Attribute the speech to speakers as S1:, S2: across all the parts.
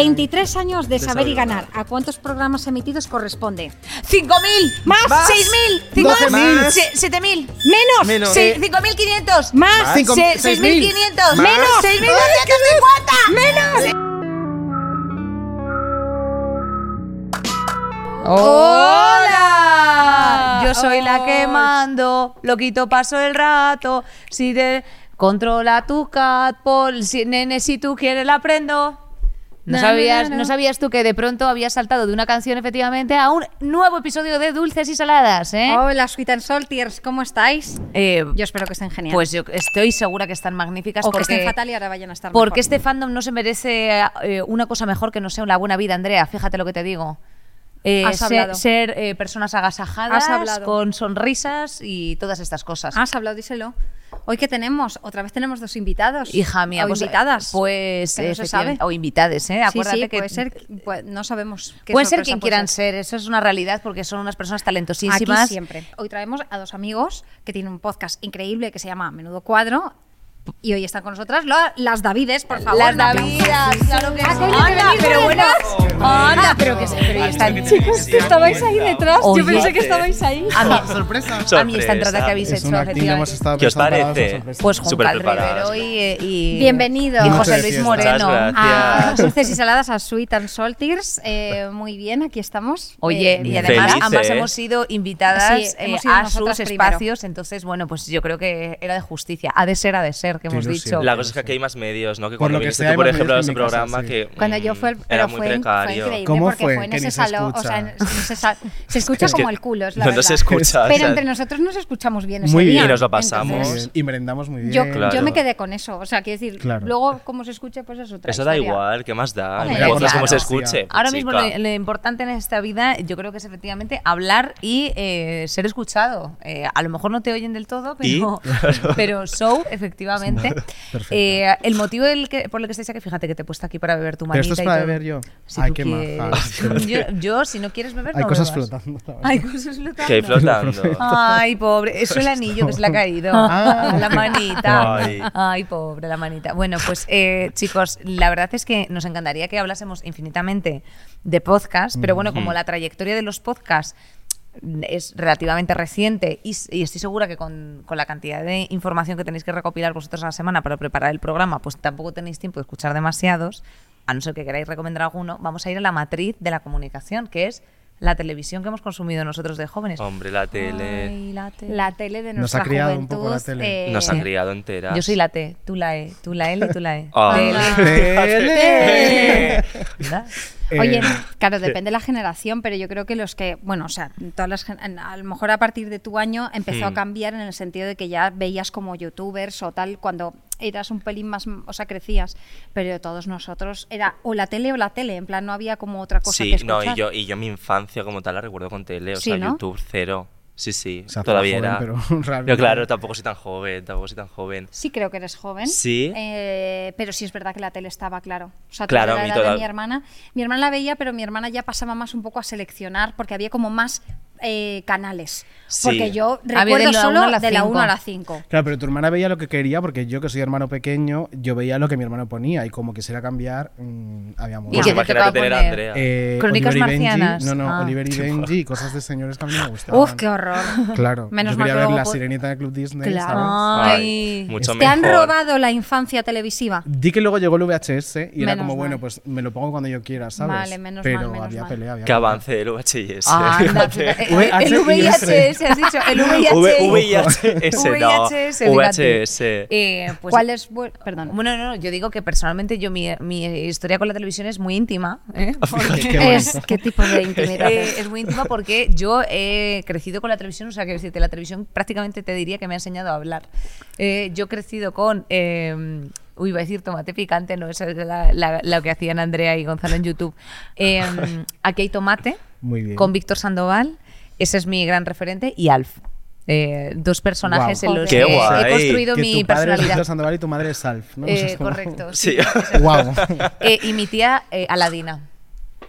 S1: 23 años de saber y ganar. ¿A cuántos programas emitidos corresponde?
S2: 5.000.
S1: Más.
S3: Más.
S2: 6.000.
S3: 12.000.
S2: 5.000. se- 7.000.
S1: Menos.
S3: Menos.
S2: Sí, 5.500.
S1: Más.
S3: Cinco-
S2: Se-
S3: seis
S2: 6.500.
S3: mil. Más.
S2: Menos. 6.250. Menos. Hola. Yo soy la que mando, loquito paso el rato. Si te controla tu catpol, si, nene, si tú quieres la aprendo. No
S1: Na,
S2: sabías,
S1: na, na.
S2: no sabías tú que de pronto habías saltado de una canción efectivamente a un nuevo episodio de Dulces y Saladas, ¿eh?
S1: Hola, Sweet and Saltiers, ¿cómo estáis?
S2: Eh,
S1: Oh, Yo espero que estén genial.
S2: pues yo estoy segura que están magníficas
S1: o que
S2: porque
S1: estén fatal y ahora vayan a estar
S2: porque
S1: mejor.
S2: este fandom no se merece eh, una cosa mejor que no sea una buena vida, Andrea. Fíjate lo que te digo. Eh,
S1: Has
S2: se-
S1: hablado.
S2: ser eh, personas agasajadas,
S1: Has hablado.
S2: con sonrisas y todas estas cosas.
S4: Ah,
S1: Has hablado, díselo. Hoy que tenemos, otra vez tenemos dos invitados.
S2: Hija mía,
S1: o
S2: pues,
S1: invitadas.
S2: Pues,
S1: que no se
S2: efectivamente,
S1: sabe.
S2: O invitades, ¿eh?
S1: sí,
S2: Acuérdate
S1: sí,
S2: que
S1: puede ser, pues, no sabemos qué
S2: pueden ser
S1: sorpresa
S2: quien
S1: puede
S2: quieran
S1: ser.
S2: ser. Eso es una realidad porque son unas personas
S1: Aquí
S2: talentosísimas.
S1: siempre. Hoy traemos a dos amigos que tienen un podcast increíble que se llama Menudo Cuadro. Y hoy están con nosotras la- las Davides, por favor.
S2: Las
S1: un aplauso.
S2: Davidas, claro que sí.
S1: coño, que
S2: Anda,
S1: venís
S2: pero bueno.
S1: detrás.
S2: Anda, pero que se pero ya están
S4: Chicos, que estabais ahí detrás.
S2: Oye.
S4: ahí.
S2: A mí,
S5: sorpresa.
S2: a mí esta entrada que habéis
S5: Es
S2: hecho,
S5: una acting que hemos
S2: efectivamente.
S5: estado
S4: ¿Qué os
S5: pensando para
S4: parece?
S5: daros la sorpresa.
S2: Pues Juan
S4: Súper
S2: Carlos
S4: preparadas.
S2: Rivero y, eh, y-
S1: Bienvenidos.
S2: y
S5: Muchas
S2: José Luis
S5: gracias.
S2: Moreno.
S4: Muchas gracias.
S1: a
S4: Gracias.
S1: dulces Ah, y saladas a Sweet and Saltiers. Eh, muy bien, aquí estamos.
S2: Oye, y
S1: Eh,
S2: además
S4: Felices.
S2: ambas hemos sido invitadas
S1: Sí, hemos
S2: eh,
S1: sido
S2: a sus
S1: nosotras
S2: espacios, entonces, bueno, pues yo creo que era de justicia. Ha de ser, ha de ser,
S5: Qué
S2: que hemos dicho.
S5: ilusión.
S4: La cosa es que aquí hay más medios, ¿no? Que
S5: Por
S4: cuando
S5: lo que
S4: viniste
S5: sea,
S4: tú, por
S5: hay más
S4: ejemplo, a
S5: medios
S4: ese
S5: en mi casa,
S4: programa,
S5: sí.
S4: que. mm,
S1: cuando yo fue,
S4: Era
S1: pero
S4: muy
S1: fue, in- fue
S4: precario.
S1: increíble
S5: ¿Cómo
S1: porque
S5: fue?
S1: fue en
S5: Que
S1: ese
S5: ni se
S1: salón, o
S5: escucha.
S1: sea, en- en ese sal- se escucha
S4: Es que
S1: como el culo, es la
S4: no
S1: verdad.
S4: nos escucha. o
S1: Pero
S4: sea,
S1: entre nosotros nos escuchamos bien ese
S5: Muy
S1: día.
S5: bien. Y nos
S4: lo
S5: Muy
S4: pasamos.
S1: Entonces,
S5: bien. Y merendamos muy bien.
S1: yo, yo
S4: Claro.
S1: me quedé con eso, o sea, quiero decir,
S5: Claro.
S1: luego cómo se escuche, pues es otra
S4: Eso da
S1: historia.
S4: igual, ¿qué más da?
S1: Hombre,
S4: El podcast
S2: claro.
S4: como se escuche.
S2: Ahora mismo
S4: chica.
S2: lo, lo importante en esta vida yo creo que es efectivamente hablar y eh, ser escuchado. Eh, a lo mejor no te oyen del todo,
S4: Y,
S2: pero, pero show, efectivamente.
S5: Perfecto.
S2: Eh, el motivo del que- por el que estáis aquí, fíjate que te he puesto aquí para beber tu
S5: Pero
S2: manita
S5: esto es
S2: y
S5: para
S2: todo.
S5: beber yo.
S2: Si
S5: Ay,
S2: tú
S5: qué maja.
S2: quieres. Yo, yo, si no quieres beber,
S5: Hay
S2: no
S5: cosas
S2: bebas.
S5: flotando. la verdad.
S2: Hay cosas flotando.
S4: Que hay flotando.
S2: Ay, pobre. Es el anillo que se le ha caído.
S5: Ah.
S2: La manita. Ay.
S4: Ay.
S2: pobre, la manita. Bueno, pues eh, chicos, la verdad es que nos encantaría que hablásemos infinitamente de podcast, pero bueno, como la trayectoria de los podcasts es relativamente reciente y, s- y estoy segura que con, con la cantidad de información que tenéis que recopilar vosotros a la semana para preparar el programa, pues tampoco tenéis tiempo de escuchar demasiados, a no ser que queráis recomendar alguno, vamos a ir a la matriz de la comunicación, que es la televisión que hemos consumido nosotros de jóvenes.
S4: Hombre, la tele
S2: Ay, la T.
S1: La tele de
S5: Nos
S1: nuestra
S5: ha criado
S1: juventud.
S5: un poco la tele.
S4: nos ha
S1: eh,
S4: criado entera.
S2: Yo soy la T, tú la E, tú la L y tú la E.
S4: Ah.
S5: Tele.
S2: ¿Verdad?
S5: Eh,
S1: Oye, claro, depende de la generación, pero yo creo que los que, bueno, o sea, todas las gen- a lo mejor a partir de tu año empezó a
S4: Mm.
S1: cambiar en el sentido de que ya veías como youtubers o tal cuando eras un pelín más, o sea, crecías, pero todos nosotros era o la tele o la tele, en plan no había como otra cosa
S4: Sí,
S1: que escuchar.
S4: no, y yo, y yo mi infancia como tal la recuerdo con tele, o
S1: Sí,
S4: sea,
S1: ¿no?
S4: YouTube cero. Sí, sí,
S5: O sea,
S4: todavía
S5: joven,
S4: era.
S5: pero realmente-
S4: Yo, claro, tampoco soy tan joven, tampoco soy tan joven.
S1: Sí creo que eres joven.
S4: Sí.
S1: Eh, pero sí es verdad que la tele estaba, claro. O sea,
S4: Claro,
S1: claro,
S4: a
S1: la
S4: mí
S1: edad de
S4: toda-
S1: mi hermana. Mi hermana la veía, pero mi hermana ya pasaba más un poco a seleccionar porque había como más eh, canales.
S4: Sí.
S1: Porque yo
S2: Había de
S1: recuerdo
S2: la
S1: solo
S2: una a la
S1: de la
S2: cinco.
S1: 1 a la 5.
S5: Claro, pero tu hermana veía lo que quería porque yo, que soy hermano pequeño, yo veía lo que mi hermano ponía y como quisiera cambiar, mm, había
S2: Y
S5: mucho.
S4: Pues
S2: que te tocaba
S4: imagínate tener a
S2: poner-
S4: Andrea.
S5: Eh,
S2: Crónicas
S5: Oliver y Benji-
S2: marcianas.
S5: no, no,
S2: Ah.
S5: Oliver y Benji y cosas de señores que a mí me gustaban.
S1: Uf, qué horror.
S5: Claro,
S1: Menos
S5: yo
S1: mal
S5: quería
S1: que
S5: ver
S1: luego
S5: La
S1: pod-
S5: Sirenita de Club Disney,
S1: Claro.
S5: ¿sabes?
S2: Ay.
S4: mucho
S1: Te han
S4: mejor.
S1: robado la infancia televisiva.
S5: Di que luego llegó el VHS y era
S1: Menos
S5: como, bueno,
S1: mal.
S5: pues me lo pongo cuando yo quiera, ¿sabes?
S1: Vale, menos
S5: Pero
S1: mal, menos
S5: había
S1: mal.
S5: pelea, había
S4: Que
S5: pelea.
S4: avance el VHS.
S2: Ah, anda,
S4: fíjate.
S2: fíjate. el, el VHS, has dicho. El
S4: V-
S2: VHS.
S4: VHS, no.
S2: VHS,
S4: VHS.
S2: fíjate. Eh, pues,
S1: ¿Cuál es? bu- Perdón.
S2: Bueno, no, yo digo que personalmente yo mi, mi historia con la televisión es muy íntima. ¿eh? Porque-
S5: Qué bueno.
S1: es, ¿Qué tipo de intimidad
S2: Eh,
S1: es?
S2: es muy íntima porque yo he crecido con la televisión, o sea, que decirte, la televisión prácticamente te diría que me ha enseñado a hablar. Eh, yo he crecido con. eh, Uy, iba a decir tomate picante, no, esa es la, la- la que hacían Andrea y Gonzalo en YouTube. Eh, aquí hay tomate
S5: Muy bien.
S2: con Víctor Sandoval, ese es mi gran referente, y Alf. Eh, dos personajes
S1: Guau.
S2: en los
S1: Qué
S2: que he
S4: guay.
S2: construido
S5: que
S2: mi
S5: tu padre es Víctor
S2: personalidad.
S5: Sandoval y tu madre es Alf, ¿no?
S2: Eh, correcto.
S4: Sí.
S5: Wow.
S2: Eh, y mi tía eh, Aladina.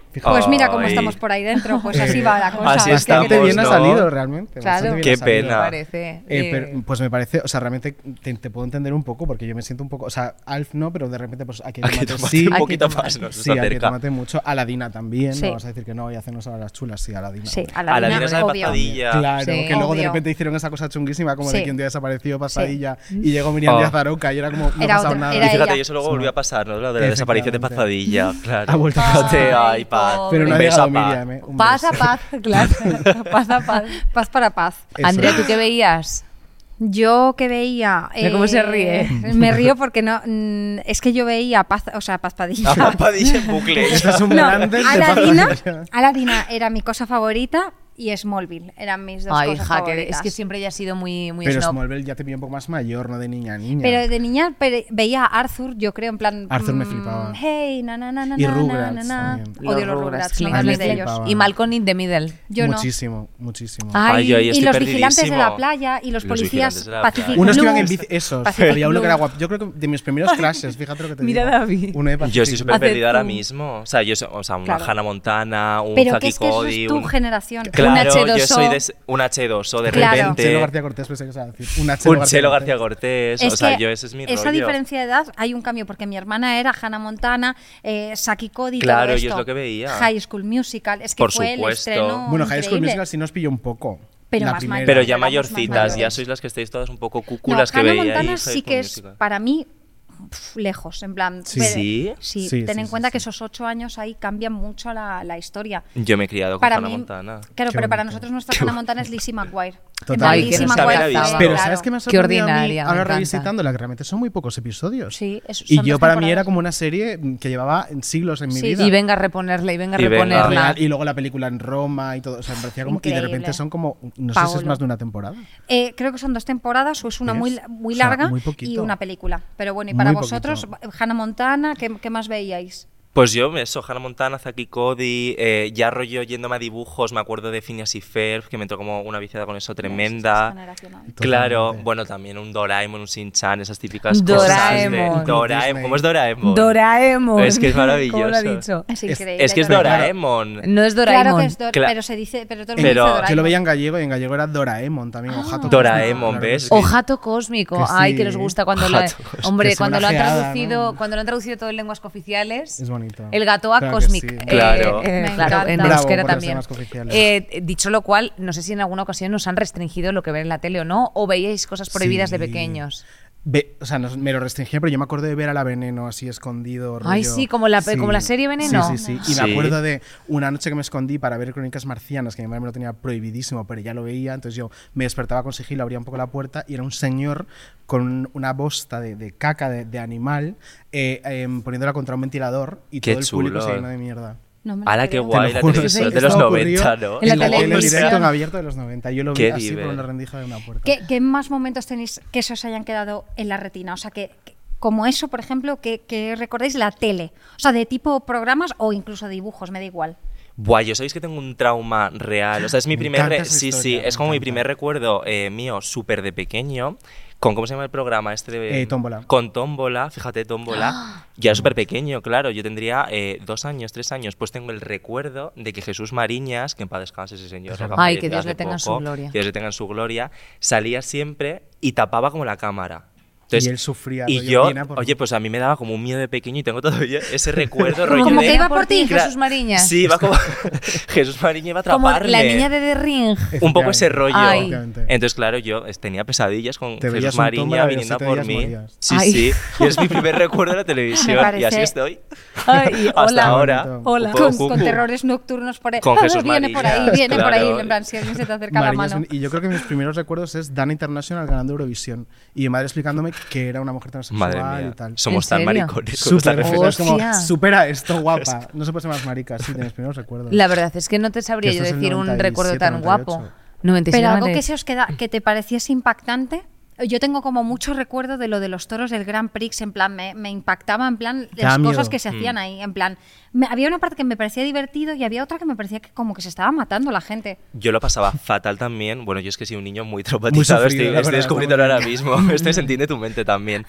S5: Fíjate.
S1: Pues mira cómo
S4: Ay.
S1: estamos por ahí dentro, pues así va la cosa.
S4: Así
S1: ¿qué
S4: estamos,
S5: Bastante
S1: queréis?
S5: bien ha
S4: ¿no?
S5: salido, realmente.
S1: Claro.
S5: bastante bien
S4: Qué
S5: ha salido.
S4: pena.
S2: parece.
S5: Eh,
S2: eh,
S5: pero, pues me parece, o sea, realmente te, te puedo entender un poco porque yo me siento un poco, o sea, Alf no, pero de repente pues aquí
S4: Hay que
S5: tomate
S4: tomate
S5: sí,
S4: un
S2: Hay que
S4: poquito
S2: tomar.
S4: más, nos
S5: sí, aquí
S4: acerca.
S5: tomate mucho, Aladina también,
S1: Sí.
S5: no vas a decir que no, y hacernos ahora las chulas, sí, Aladina.
S1: Sí, a la,
S4: A la
S1: Dina,
S4: dinero sabe
S1: obvio.
S4: patadilla.
S5: Claro,
S2: Sí.
S5: que luego de
S1: Obvio.
S5: repente hicieron esa cosa chunguísima como
S1: Sí.
S5: de que un día desapareció Pasadilla y llegó Miriam
S4: Oh.
S5: Díaz Aroca y era como, no
S1: Era
S5: ha pasado
S1: otra-
S5: nada.
S1: era
S4: Y fíjate,
S1: ella.
S4: y eso luego
S5: Sí.
S4: volvió a pasar, ¿no? Lo de la desaparición de
S5: Efectivamente.
S4: Pazadilla, claro.
S5: Ha vuelto a pasar.
S4: Fíjate,
S2: Ay,
S4: ay, Paz.
S5: Pero no ha
S4: Un beso
S5: llegado
S4: a Paz.
S5: Miriam, eh. Un
S2: Paz a
S5: beso.
S2: paz, claro. Paz a paz.
S1: Paz para paz.
S5: Eso
S2: Andrea,
S5: es.
S2: ¿tú qué veías?
S1: Yo que veía. eh,
S2: Mira cómo se ríe.
S1: Me río porque no. mm, es que yo veía Paz, o sea, Paz Padilla.
S4: A Paz Padilla en bucle.
S5: Esto Ah, es un
S1: No,
S5: grande de
S1: Aladina,
S5: Pasadilla.
S1: Aladina era mi cosa favorita y Smallville eran mis dos
S2: Ay,
S1: cosas
S2: hija, que
S1: favoritas.
S2: es que siempre ella ha sido muy, muy
S5: Pero
S2: snob.
S5: Smallville ya te pilló un poco más mayor, no de niña a niña.
S1: Pero de niña pe- veía a Arthur, yo creo, en plan.
S5: Arthur me
S1: mm,
S5: flipaba.
S1: Hey, na na na na
S5: Y
S1: na, na,
S5: Rugrats
S1: na, na.
S5: también.
S1: Odio los
S2: Los
S1: Rugrats,
S2: Rugrats,
S1: no
S5: claro.
S1: me hables de
S5: A mí me
S1: ellos.
S5: flipaba.
S2: Y Malcolm in the Middle.
S1: Yo no.
S5: muchísimo, muchísimo.
S4: Ay, yo ahí
S1: y
S4: estoy
S1: los vigilantes de la
S4: perdidísimo.
S1: playa y los,
S4: Los
S1: policías
S4: vigilantes de la
S1: Pacific
S4: playa.
S5: Unos que iban en
S1: Blues.
S5: bici, esos.
S1: Pacific
S5: Había uno que
S1: Blue.
S5: era guapo. Yo creo que de mis primeros crashes, fíjate lo que te
S2: Mira,
S5: digo.
S2: David.
S5: Uno de Pacific
S4: Yo estoy
S5: Blue.
S4: súper perdida ahora
S1: tú.
S4: mismo. O sea, yo soy, o sea, una
S1: Claro.
S4: Hannah Montana, un
S1: Pero que
S4: Zaki
S1: es que eso
S4: Cody,
S1: es tu
S4: un...
S1: generación.
S4: Claro,
S2: H2O.
S4: yo soy de ese- un H2O de
S1: Claro.
S5: Un Chelo
S4: repente.
S5: García Cortés, pensé que ibas a decir. Un Chelo
S4: Un Chelo García
S5: Cortés.
S4: Cortés.
S1: Es
S4: o sea,
S1: que
S4: yo ese es mi
S1: esa
S4: rollo.
S1: diferencia de edad hay un cambio porque mi hermana era Hannah Montana, eh, Saki Cody,
S4: Claro,
S1: todo
S4: yo es
S1: esto.
S4: lo que veía.
S1: High School Musical, es que
S4: Por
S1: fue
S4: supuesto.
S1: el estreno
S5: Bueno, High School
S1: increíble.
S5: Musical sí nos pilló un poco.
S1: Pero
S5: la
S1: más
S5: primera.
S1: mayor.
S4: Pero ya
S1: Éramos más
S4: mayorcitas, ya
S1: mayores.
S4: sois las que estáis todas un poco
S1: No,
S4: cúculas que
S1: Hannah
S4: veía.
S1: Montana
S4: ahí,
S1: sí
S4: High
S1: que
S4: School
S1: es
S4: Musical.
S1: para mí pf, lejos, en plan.
S5: Sí.
S1: pero-
S4: ¿Sí?
S1: Sí,
S5: Sí,
S1: ten
S5: sí,
S1: en
S5: sí,
S1: cuenta
S5: sí.
S1: que esos ocho años ahí cambian mucho la, la historia.
S4: Yo me he criado con
S1: Para
S4: Hannah
S1: mí,
S4: Montana.
S1: claro,
S5: Qué
S1: pero para
S5: bonito.
S1: nosotros nuestra Hannah Montana es Lizzie McGuire. En
S5: Total.
S1: plan,
S5: Ay, que
S1: Lizzie
S4: no se
S1: McGuire
S4: había
S1: fue,
S4: visto.
S5: Pero
S1: claro.
S5: ¿sabes qué me ha
S2: Qué
S5: sorprendido a mí
S2: ordinaria, me
S5: ahora
S2: encanta.
S5: revisitándola? Que realmente son muy pocos episodios.
S1: Sí, es- son
S5: Y yo
S1: dos
S5: para mí era
S1: temporadas.
S5: como una serie que llevaba siglos en mi
S1: Sí,
S5: vida.
S2: Y venga a reponerla, y venga a
S4: Y venga.
S5: Real,
S2: reponerla.
S5: y luego la película en Roma y todo. O sea, me parecía como. Y de
S1: Increíble.
S5: repente son como. No sé si es
S1: Paolo.
S5: más de una temporada.
S1: Eh, creo que son dos temporadas, o es una muy,
S5: ¿Ves?
S1: muy
S5: O sea,
S1: larga
S5: muy
S1: y
S5: poquito.
S1: una película. Pero bueno, y para
S5: Muy
S1: vosotros,
S5: poquito.
S1: Hannah Montana, ¿qué, qué más veíais?
S4: Pues yo, eso, Hannah Montana, Zaki Cody, eh, ya rollo yéndome a dibujos, me acuerdo de Phineas y Ferb, que me entró como una viciada con eso tremenda.
S1: Es generacional.
S4: Claro,
S5: Totalmente.
S4: bueno, también un Doraemon, un Shin-Chan, esas típicas cosas
S2: Doraemon.
S4: de Doraemon. ¿Cómo es Doraemon?
S2: Doraemon.
S4: Es que es maravilloso.
S2: ¿Cómo lo ha dicho?
S1: Es
S5: Es-
S1: increíble.
S4: es que es
S5: Pero claro.
S4: Doraemon.
S2: No es Doraemon.
S1: Claro que es Dor-
S4: Cla-
S1: pero se dice, pero todo el mundo
S4: Pero-
S1: dice Doraemon.
S5: Yo lo veía en gallego y en gallego era Doraemon también. o Jato
S4: Doraemon,
S5: Claro,
S4: ¿ves?
S2: O Jato Cósmico.
S5: Que
S2: Ay, que
S5: sí.
S2: nos gusta cuando lo,
S4: Jato Cósmico.
S2: hombre,
S5: Que sea
S2: cuando lo
S5: una
S2: han
S5: geada,
S2: traducido,
S5: ¿no?
S2: cuando lo han traducido todo en lenguas cooficiales.
S5: Es bonito.
S2: El gato a
S5: Claro que
S2: Cosmic.
S5: sí.
S2: eh,
S4: Claro.
S2: eh,
S1: Me
S2: claro, en
S1: encanta.
S2: euskera
S5: Bravo por las
S2: también.
S5: lenguas cooficiales.
S2: Eh, dicho lo cual, no sé si en alguna ocasión nos han restringido lo que ven en la tele o no, o veíais cosas prohibidas de
S5: Sí.
S2: pequeños.
S5: Ve- o sea, no- me lo restringía, pero yo me acuerdo de ver a la Veneno así escondido.
S2: Ay,
S5: rollo.
S2: sí, como la pe- como la serie Veneno.
S5: Sí, sí, sí. Y
S4: Sí.
S5: me acuerdo de una noche que me escondí para ver Crónicas Marcianas, que mi madre me lo tenía prohibidísimo, pero ya lo veía. Entonces yo me despertaba con sigilo, abría un poco la puerta y era un señor con una bosta de, de caca de, de animal eh, em, poniéndola contra un ventilador y
S4: Qué
S5: todo el público
S4: chulo.
S5: se llenó de mierda.
S1: No me lo
S4: Ahora qué
S1: creo.
S4: guay la
S5: Te lo juro,
S4: televisión
S5: eso-
S4: de los
S5: esto ocurrió
S4: 90, ¿no?
S2: En la
S5: en la tele en
S2: televisión.
S5: directo en abierto de los 90. Yo lo vi
S4: Qué
S5: así por
S4: nivel.
S5: una rendija de una puerta.
S1: ¿Qué, qué más momentos tenéis que se os hayan quedado en la retina? O sea, que, que- como eso, por ejemplo, que, que recordéis la tele. O sea, de tipo programas o incluso dibujos, me da igual.
S4: Buah, yo sabéis que tengo un trauma real. O sea, es mi
S5: Me
S4: primer.
S5: encanta
S4: re-
S5: esa
S4: sí,
S5: historia,
S4: sí,
S5: me
S4: es como mi
S5: encanta.
S4: primer recuerdo eh, mío, súper de pequeño. Con, ¿Cómo se llama el programa este de.?
S5: Eh, Tómbola.
S4: Con Tómbola, fíjate, Tómbola. Ya súper pequeño, claro. Yo tendría eh, dos años, tres años. Pues tengo el recuerdo de que Jesús Mariñas, que en paz descanse ese señor. lo
S2: Ay,
S4: falleció
S2: que Dios
S4: hace
S2: le tenga en su
S4: poco,
S2: gloria.
S4: Que Dios le tenga en su gloria. Salía siempre y tapaba como la cámara.
S5: Y él sufría,
S4: Y
S5: rollo,
S4: yo,
S5: "Viene a por mí".
S4: oye, pues a mí me daba como un miedo de pequeño y tengo todavía ese recuerdo
S2: Como,
S4: rollo
S1: Como
S4: de-
S1: que
S2: que
S1: iba
S2: iba
S1: por
S2: por ti,
S1: ti.
S2: Jesús Mariñas.
S4: Sí, va como. Jesús Mariño iba a
S2: como
S4: atraparme.
S2: la niña de The Ring.
S4: Un poco ese
S5: Efectivamente.
S4: rollo.
S2: Ay.
S5: Efectivamente.
S4: Entonces, claro, yo eh, tenía pesadillas con
S5: Te veías
S4: Jesús
S5: un tómbola
S4: Mariña
S5: y a los
S4: viniendo a
S5: siete
S4: por
S5: días
S4: mí.
S5: morías.
S4: Sí,
S2: Ay.
S4: sí. Y es mi primer recuerdo de la televisión.
S1: Me
S4: Y así
S1: parece-
S4: estoy.
S2: Ay,
S4: Hasta
S2: hola.
S4: ahora.
S5: Bonito.
S4: un
S2: Hola.
S4: poco
S1: Con,
S4: cucu.
S1: con terrores nocturnos por ahí.
S4: Con
S1: Ah,
S4: Jesús
S1: viene por ahí,
S4: Marías,
S1: viene por ahí.
S4: claro.
S1: En plan, si alguien se te acerca
S5: María
S1: la
S5: es
S1: mano.
S5: un- y yo creo que mis primeros recuerdos es Dana International ganando Eurovisión. Y mi madre explicándome que era una mujer transexual
S4: Madre mía.
S5: y tal.
S4: Somos
S2: ¿En
S4: tan
S2: serio?
S4: maricones. con esta
S5: Súper, o sea, es
S4: referencia.
S5: como,
S2: Hostia.
S5: supera esto, guapa. No se puede ser más marica, sí, de mis primeros recuerdos.
S2: La verdad es que no te sabría
S5: Que
S2: yo
S5: esto es el
S2: decir un
S5: 97,
S2: recuerdo tan
S5: 98.
S2: guapo. 97,
S1: Pero algo que
S2: 98.
S1: se os queda, que te pareciese impactante. Yo tengo como mucho recuerdo de lo de los toros del Grand Prix, en plan, me, me impactaba, en plan,
S5: Da
S1: las
S5: miedo.
S1: cosas que se hacían ahí, en plan, me- había una parte que me parecía divertido y había otra que me parecía que como que se estaba matando la gente.
S4: Yo lo pasaba fatal también. Bueno, yo es que soy un niño muy traumatizado.
S5: Muy sufrido,
S4: estoy
S5: la
S4: estoy
S5: verdad,
S4: descubriéndolo
S5: está
S4: ahora mismo. Estoy entiende tu mente también.